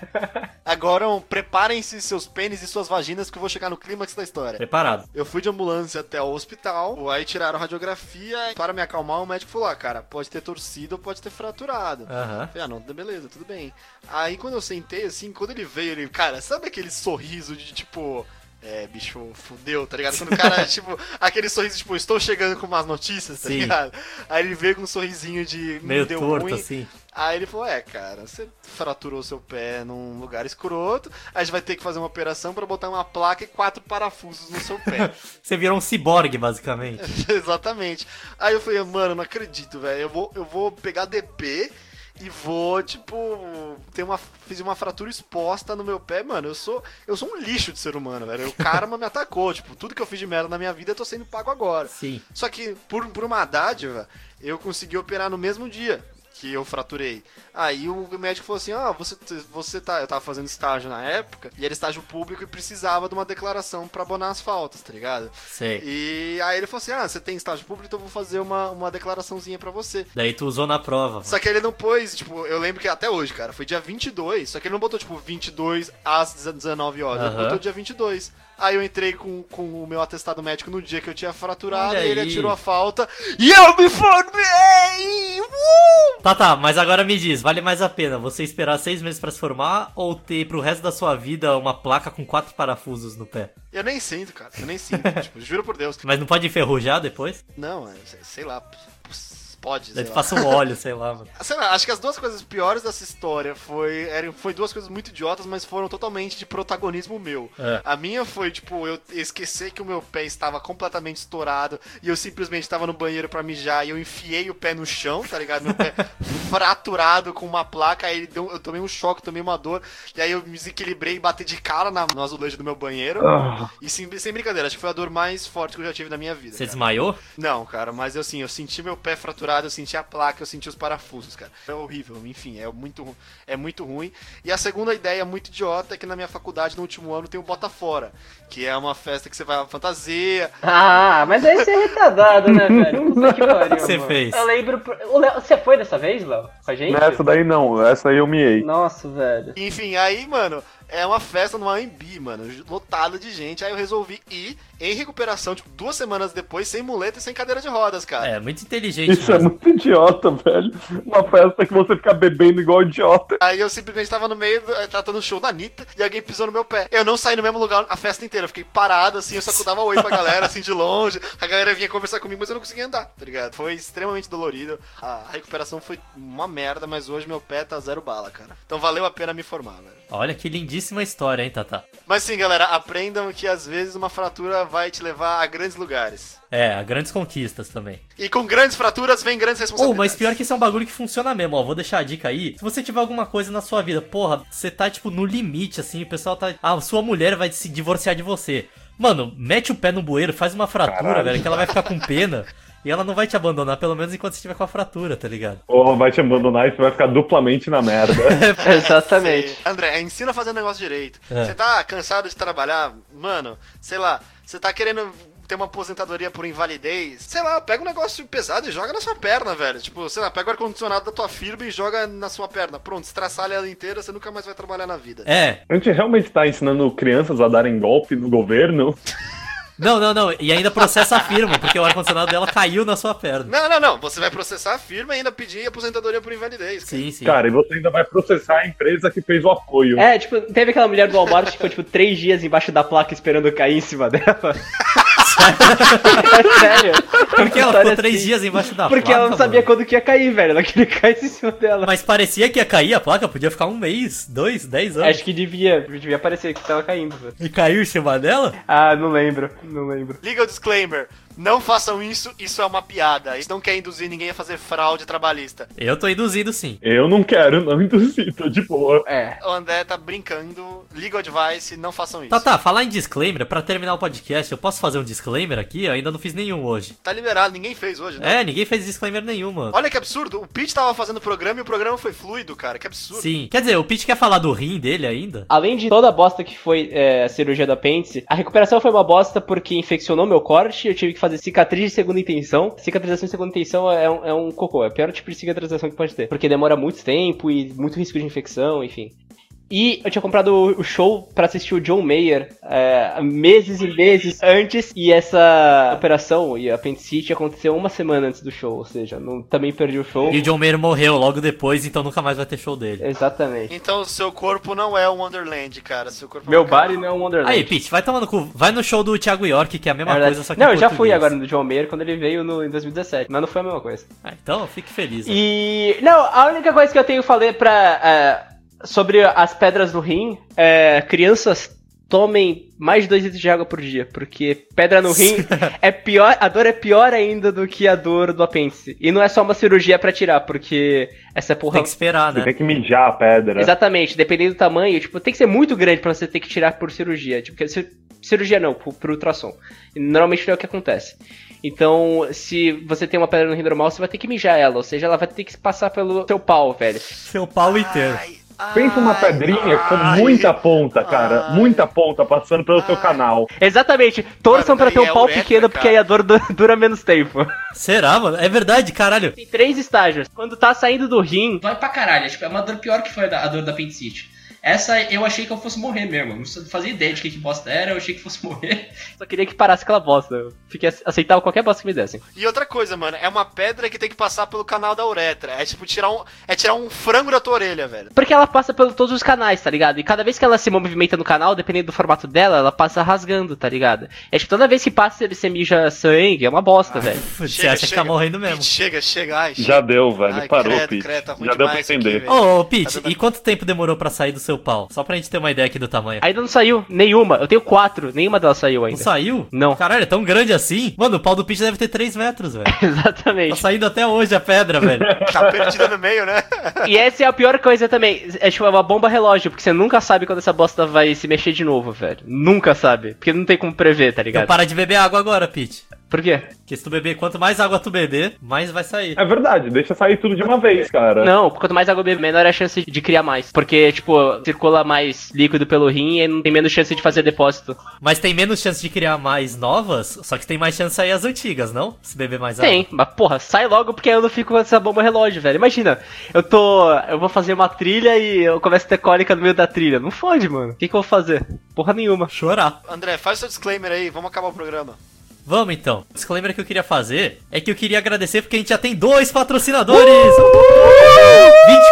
Agora, um, preparem-se seus pênis e suas vaginas que eu vou chegar no clímax da história.
Preparado.
Eu fui de ambulância até o hospital, aí tiraram radiografia e para me acalmar o médico falou, ah, cara, pode ter torcido ou pode ter fraturado.
Aham.
Falei, ah, não, beleza, tudo bem. Aí quando eu sentei, assim, quando ele veio, ele, cara, sabe aquele sorriso de tipo. É, bicho, fudeu, tá ligado? Quando o cara, tipo, aquele sorriso, tipo, estou chegando com más notícias, tá
Sim.
ligado? Aí ele veio com um sorrisinho de. "Hum,
Meio
deu
torto,
ruim.
assim.
Aí ele falou: É, cara, você fraturou seu pé num lugar escroto, a gente vai ter que fazer uma operação pra botar uma placa e quatro parafusos no seu pé.
Você virou um ciborgue, basicamente.
Exatamente. Aí eu falei, mano, não acredito, velho. Eu vou, eu vou pegar DP e vou, tipo, ter uma. Fiz uma fratura exposta no meu pé, mano. Eu sou. Eu sou um lixo de ser humano, velho. O karma me atacou. Tipo, tudo que eu fiz de merda na minha vida eu tô sendo pago agora.
Sim.
Só que, por, por uma dádiva, eu consegui operar no mesmo dia que eu fraturei. Aí o médico falou assim: Ó, você, você tá. Eu tava fazendo estágio na época, e era estágio público e precisava de uma declaração pra abonar as faltas, tá ligado?
Sei.
E aí ele falou assim: Ah, você tem estágio público, então eu vou fazer uma, uma declaraçãozinha pra você.
Daí tu usou na prova. mano.
Só que ele não pôs, tipo, eu lembro que até hoje, cara, foi dia 22, só que ele não botou, tipo, 22 às 19 horas, ele
Aham.
botou dia 22. Aí eu entrei com, com o meu atestado médico no dia que eu tinha fraturado,
Olha
e ele
aí.
atirou a falta, e eu me formei! Uh!
Tá, tá, mas agora me diz, vale mais a pena você esperar seis meses pra se formar ou ter pro resto da sua vida uma placa com quatro parafusos no pé?
Eu nem sinto, cara, eu nem sinto, tipo, juro por Deus.
Mas não pode enferrujar depois?
Não, é, sei- sei lá, p- p- pode, sei
Daí tu
lá.
passa um óleo, sei lá, mano.
Sei lá, acho que as duas coisas piores dessa história foi, eram, foi duas coisas muito idiotas, mas foram totalmente de protagonismo meu.
É.
A minha foi, tipo, eu esquecer que o meu pé estava completamente estourado e eu simplesmente estava no banheiro pra mijar e eu enfiei o pé no chão, tá ligado? Meu pé fraturado com uma placa, aí ele deu- eu tomei um choque, tomei uma dor, e aí eu me desequilibrei e bati de cara na, no azulejo do meu banheiro.
Ah,
E sem, sem brincadeira, acho que foi a dor mais forte que eu já tive na minha vida.
Você
cara.
desmaiou?
Não, cara, mas eu assim, eu senti meu pé fraturado, eu senti a placa, eu senti os parafusos, cara. É horrível, enfim, é muito, ru- é muito ruim. E a segunda ideia muito idiota é que na minha faculdade, no último ano, tem o Bota Fora, que é uma festa que você vai à fantasia.
Ah, mas aí você é retardado, né, velho? Puta que pariu,
Você
mano.
fez.
Eu lembro. O Léo- Você foi dessa vez, Léo? Com a gente?
Essa daí não, essa aí eu miei.
Nossa, velho.
Enfim, aí, mano, é uma festa no AMB, mano, lotada de gente. Aí eu resolvi ir em recuperação, tipo, duas semanas depois, sem muleta e sem cadeira de rodas, cara.
É, muito inteligente,
Isso é
mano.
muito idiota, velho. Uma festa que você fica bebendo igual idiota.
Aí eu simplesmente tava no meio, do- tratando o show da Anitta, e alguém pisou no meu pé. Eu não saí no mesmo lugar a festa inteira, eu fiquei parado, assim, eu só dava oi pra galera, assim, de longe. A galera vinha conversar comigo, mas eu não conseguia andar, tá ligado? Foi extremamente dolorido. A recuperação foi uma merda, mas hoje meu pé tá zero bala, cara. Então valeu a pena me formar, velho.
Olha que lindíssima história, hein, Tata?
Mas sim, galera, aprendam que às vezes uma fratura vai te levar a grandes lugares.
É, a grandes conquistas também.
E com grandes fraturas vem grandes
Ou,
responsabilidades.
mas pior que isso é um bagulho que funciona mesmo, ó. Vou deixar a dica aí. Se você tiver alguma coisa na sua vida, porra, você tá, tipo, no limite, assim, o pessoal tá. A sua mulher vai se divorciar de você. Mano, mete o pé no bueiro, faz uma fratura,
Caralho.
velho, que ela vai ficar com pena. e ela não vai te abandonar, pelo menos enquanto você estiver com a fratura, tá ligado?
Porra, vai te abandonar e você vai ficar duplamente na merda.
Exatamente.
Sim. André, ensina a fazer o negócio direito.
É.
Você tá cansado de trabalhar? Mano, sei lá, você tá querendo ter uma aposentadoria por invalidez? Sei lá, pega um negócio pesado e joga na sua perna, velho. Tipo, sei lá, pega o ar-condicionado da tua firma e joga na sua perna. Pronto, estraçalha ela inteira, você nunca mais vai trabalhar na vida.
É,
A gente realmente tá ensinando crianças a darem golpe no governo?
não, não, não. E ainda processa a firma, porque o ar-condicionado dela caiu na sua perna.
Não, não, não. Você vai processar a firma e ainda pedir aposentadoria por invalidez. cara.
Sim, sim.
Cara, e você ainda vai processar a empresa que fez o apoio.
É, tipo, teve aquela mulher do Walmart que ficou, tipo, três dias embaixo da placa esperando eu cair em cima dela. Sério?
Porque ela
História
ficou três
assim.
dias embaixo da
Porque
placa.
ela não sabia quando que ia cair, velho. Ela queria que caísse em cima dela.
Mas parecia que ia cair a placa, podia ficar um mês, dois, dez anos.
Acho que devia. Devia parecer que tava caindo, velho.
E caiu em cima dela?
Ah, não lembro. Não lembro.
Legal disclaimer: não façam isso, isso é uma piada. Isso não quer induzir ninguém a fazer fraude trabalhista.
Eu tô induzindo sim.
Eu não quero, não induzir, tô de boa.
É.
O André tá brincando. Legal advice, não façam isso.
Tá, tá, falar em disclaimer, pra terminar o podcast, eu posso fazer um disclaimer aqui? Eu ainda não fiz nenhum hoje.
Tá liberado, ninguém fez hoje, né?
É, ninguém fez disclaimer nenhum, mano.
Olha que absurdo, o Pete tava fazendo o programa e o programa foi fluido, cara. Que absurdo.
Sim. Quer dizer, o Pete quer falar do rim dele ainda?
Além de toda a bosta que foi é, a cirurgia do apêndice, a recuperação foi uma bosta porque infeccionou meu corte, eu tive que fazer cicatriz de segunda intenção. Cicatrização de segunda intenção é um, é um cocô, é o pior tipo de cicatrização que pode ter. Porque demora muito tempo e muito risco de infecção, enfim. E eu tinha comprado o- o show pra assistir o John Mayer é, meses e meses antes. E essa operação e a apendicite aconteceu uma semana antes do show. Ou seja, não- também perdi o show.
E o John Mayer morreu logo depois, então nunca mais vai ter show dele.
Exatamente.
Então o seu corpo não é um Wonderland, cara. Seu corpo é
Meu
um canal.
body não é um Wonderland.
Aí, Pete, vai tomando cu. Vai no show do Thiago York, que é a mesma
É verdade.
coisa, só que
não,
em
eu já fui
português.
agora no John Mayer quando ele veio no, em 2017, mas não foi a mesma coisa.
Ah, então, fique feliz. né?
E. Não, a única coisa que eu tenho que falar pra. é, sobre as pedras no rim é. Crianças tomem mais de 2 litros de água por dia, porque pedra no rim é pior. A dor é pior ainda do que a dor do apêndice. E não é só uma cirurgia pra tirar, porque essa porra.
Tem que esperar,
É.
Você
né?
tem que mijar a pedra.
Exatamente, dependendo do tamanho, tipo, tem que ser muito grande pra você ter que tirar por cirurgia. Tipo, que cir- cirurgia não, por, por ultrassom. E Normalmente não é o que acontece. Então, se você tem uma pedra no rim normal, você vai ter que mijar ela, ou seja, ela vai ter que passar pelo seu pau, velho.
Seu
é
pau inteiro.
Ai, ai,
Pensa uma pedrinha com
ai.
muita ponta, cara.
Ai.
Muita ponta passando pelo seu canal.
Exatamente, torçam
Mano,
pra ter
daí
um
é
pau
uretra,
pequeno, porque
cara.
aí a dor du- dura menos tempo.
Será, mano? É verdade, caralho.
Tem três estágios. Quando tá saindo do rim,
Vai pra caralho. É, tipo, é uma dor pior que foi a da- a dor da apendicite. Essa eu achei que eu fosse morrer mesmo. Eu não fazia ideia de que, que bosta era, eu achei que fosse morrer.
só queria que parasse aquela bosta. Eu Fiquei ace- aceitava qualquer bosta que me dessem.
E outra coisa, mano, é uma pedra que tem que passar pelo canal da uretra. É tipo tirar um, é tirar um frango da tua orelha, velho.
Porque ela passa por todos os canais, tá ligado? E cada vez que ela se movimenta no canal, dependendo do formato dela, ela passa rasgando, tá ligado? É tipo, toda vez que passa ele se mija sangue, é uma bosta, velho.
Você
Chega,
acha que
chega.
tá morrendo
É
mesmo.
Pete, chega, chega. Ai,
Já
chega.
deu, velho.
Ai,
Parou,
credo,
Pete.
credo, tá ruim
Já deu pra
demais aqui,
entender.
velho.
Ô, ô,
Tá
Pete,
dando-
e quanto tempo demorou pra sair do seu pau? Só pra gente ter uma ideia aqui do tamanho.
Ainda não saiu nenhuma. Eu tenho quatro, nenhuma delas saiu
Não
ainda.
saiu?
Não.
Caralho, é tão grande assim? Mano, o pau do Pete deve ter 3 metros, velho. Tá
Exatamente.
saindo até hoje a pedra, velho.
Tá perdida no meio, né?
E essa é a pior coisa também. É tipo uma bomba relógio, porque você nunca sabe quando essa bosta vai se mexer de novo, velho. Nunca sabe. Porque não tem como prever, tá
Então
ligado?
para de beber água agora, Pete.
Por quê?
Porque se tu beber, quanto mais água tu beber, mais vai sair.
É verdade, deixa sair tudo de uma vez, cara.
Não, quanto mais água eu bebo, menor é a chance de criar mais. Porque, tipo, circula mais líquido pelo rim e não tem menos chance de fazer depósito.
Mas tem menos chance de criar mais novas, só que tem mais chance de sair as antigas, não? Se beber mais água.
Tem, mas porra, sai logo porque eu não fico com essa bomba relógio, velho. Imagina, eu tô. Eu vou fazer uma trilha e eu começo a ter cólica no meio da trilha. Não fode, mano. O que, que eu vou fazer? Porra nenhuma.
Chorar.
André, faz seu disclaimer aí, vamos acabar o programa.
Vamos então. O disclaimer que eu queria fazer é que eu queria agradecer porque a gente já tem dois patrocinadores. 20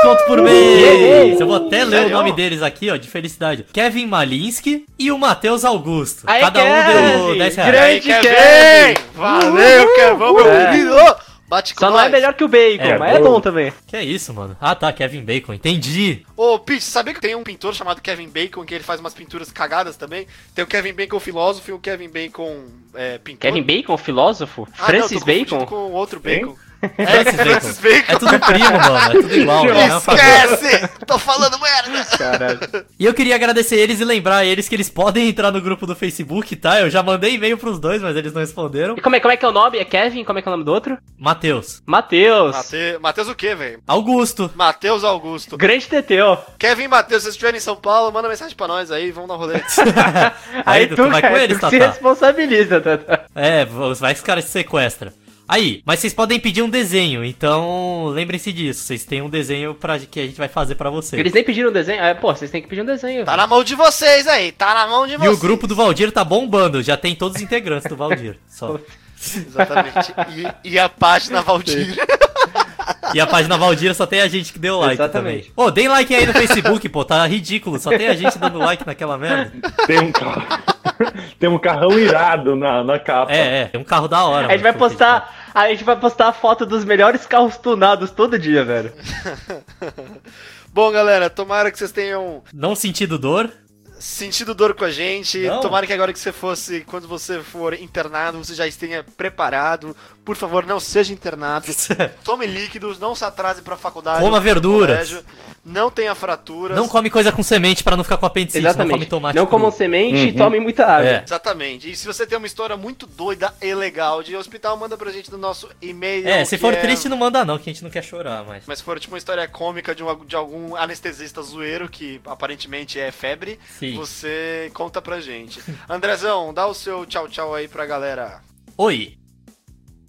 conto por mês. Eu vou até ler o
Sério?
nome deles aqui, ó, de felicidade. Kevin Malinski e o Matheus Augusto.
Aí,
Cada um deu
Kevin!
10
E
reais.
aí,
Grande Kevin!
Valeu, Kevin, meu
É.
querido! Bate com
Só não
nós.
é melhor que o bacon,
É,
mas é
bom.
bom também.
Que é isso, mano? Ah, tá, Kevin Bacon, entendi.
Ô, Pete, sabia que tem um pintor chamado Kevin Bacon que ele faz umas pinturas cagadas também? Tem o Kevin Bacon filósofo e o Kevin Bacon é, pintor.
Kevin Bacon, filósofo?
Ah, não,
Francis
tô confundindo
Bacon?
com outro Bacon. É,
Francis Bacon.
Francis Bacon.
É tudo primo, mano. É tudo igual. mano. É uma família.
Esquece! Tô falando merda!
E eu queria agradecer eles e lembrar eles que eles podem entrar no grupo do Facebook, tá? Eu já mandei e-mail pros dois, mas eles não responderam.
E como é, como é que é o nome? É Kevin? Como é que é o nome do outro?
Matheus.
Matheus.
Mate... Matheus o quê, velho?
Augusto.
Matheus Augusto.
Grande Teteu.
Kevin Matheus, se você estiver em São Paulo, manda mensagem pra nós aí, vamos dar um rolê.
Aí, tu, vai com
cara,
eles,
tu se
Tatá.
responsabiliza, Tatá.
É, vo- vai que os caras se sequestra. Aí, mas vocês podem pedir um desenho, então lembrem-se disso. Vocês têm um desenho pra, que a gente vai fazer pra vocês.
Eles nem pediram desenho. Ah, pô, vocês têm que pedir um desenho.
Tá na mão de vocês aí, tá na mão de
E
vocês.
o grupo do Valdir tá bombando, já tem todos os integrantes do Valdir. Só.
Exatamente. E, e a página Valdir.
E a página Valdira só tem a gente que deu like
Exatamente.
também. Ô, deem like aí no Facebook, pô, tá ridículo. Só tem a gente dando like naquela merda.
Tem um carro. Tem um carrão irado na, na capa.
É, é, tem um carro da hora.
A gente vai postar.
tá.
A gente vai postar a foto dos melhores carros tunados todo dia, velho.
Bom, galera, tomara que vocês tenham
tá Não sentido dor.
sentido dor com a gente.
Não.
Tomara que agora que você fosse, quando você for internado, você já esteja preparado. Por favor, não seja internado. Tome líquidos, não se atrase pra faculdade.
Coma
ou pro
verduras.
colégio, Não tenha fraturas.
Não come coisa com semente pra não ficar com apendicite. Não
Exatamente.
come tomate.
Não
cru.
comam semente e
Uhum.
tomem muita água.
É.
Exatamente. E se você tem uma história muito doida e legal de hospital, manda pra gente no nosso e-mail.
É, se
que
for triste, não manda não, que a gente não quer chorar, mas.
Mas se for tipo uma história cômica de, um- de algum anestesista zoeiro, que aparentemente é febre,
Sim.
você conta pra gente. Andrezão, dá o seu tchau tchau aí pra galera.
Oi!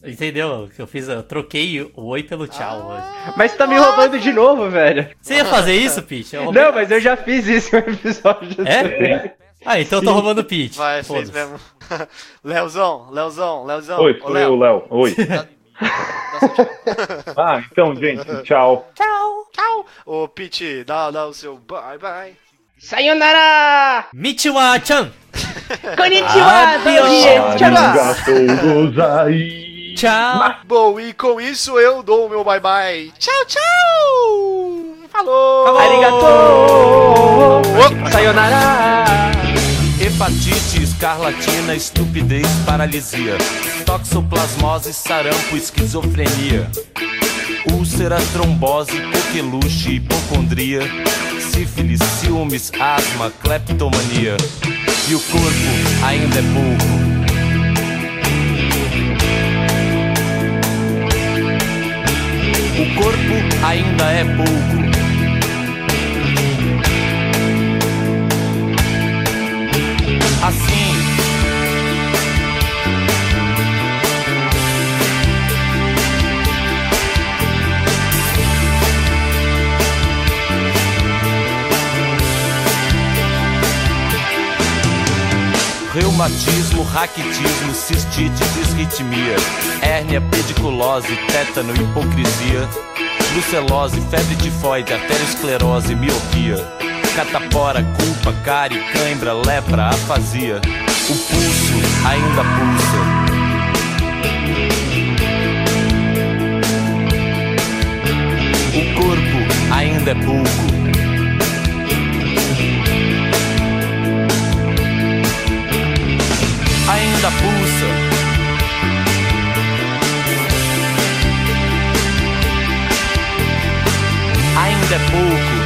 Entendeu? Eu fiz, eu troquei o oi pelo tchau
Ah.
hoje.
Mas você tá me roubando de novo, velho.
Você ia fazer isso, Pitch? Eu roubei-
Não, mas eu já fiz isso no episódio.
É? Ah, então eu tô
Sim.
roubando o Pitch.
Vai, fez
Foda-se.
mesmo. Léozão, Léozão, Léozão.
Oi,
Ô,
sou eu, Léo. Oi. ah, então, gente, tchau.
Tchau, tchau. Ô, Pete, dá, dá o seu bye bye.
Sayonara!
Michiwa-chan!
Konnichiwa!
Ah,
Adiós.
Arigatou gozai.
Tchau.
Bom, e com isso eu dou o meu bye bye. Tchau, tchau. Falou.
Arigatou!
Sayonara!
Hepatite, escarlatina, estupidez, paralisia, toxoplasmose, sarampo, esquizofrenia, úlcera, trombose, coqueluche, hipocondria, sífilis, ciúmes, asma, cleptomania. E o corpo ainda é burro. O corpo ainda é pouco. Assim. Reumatismo, raquitismo, cistite, disritmia, hérnia, pediculose, tétano, hipocrisia, brucelose, febre tifoide, arteriosclerose, miopia, catapora, culpa, cárie, cãibra, lepra, afasia. O pulso ainda pulsa. O corpo ainda é pouco. ainda pulsa. Ainda é pouco.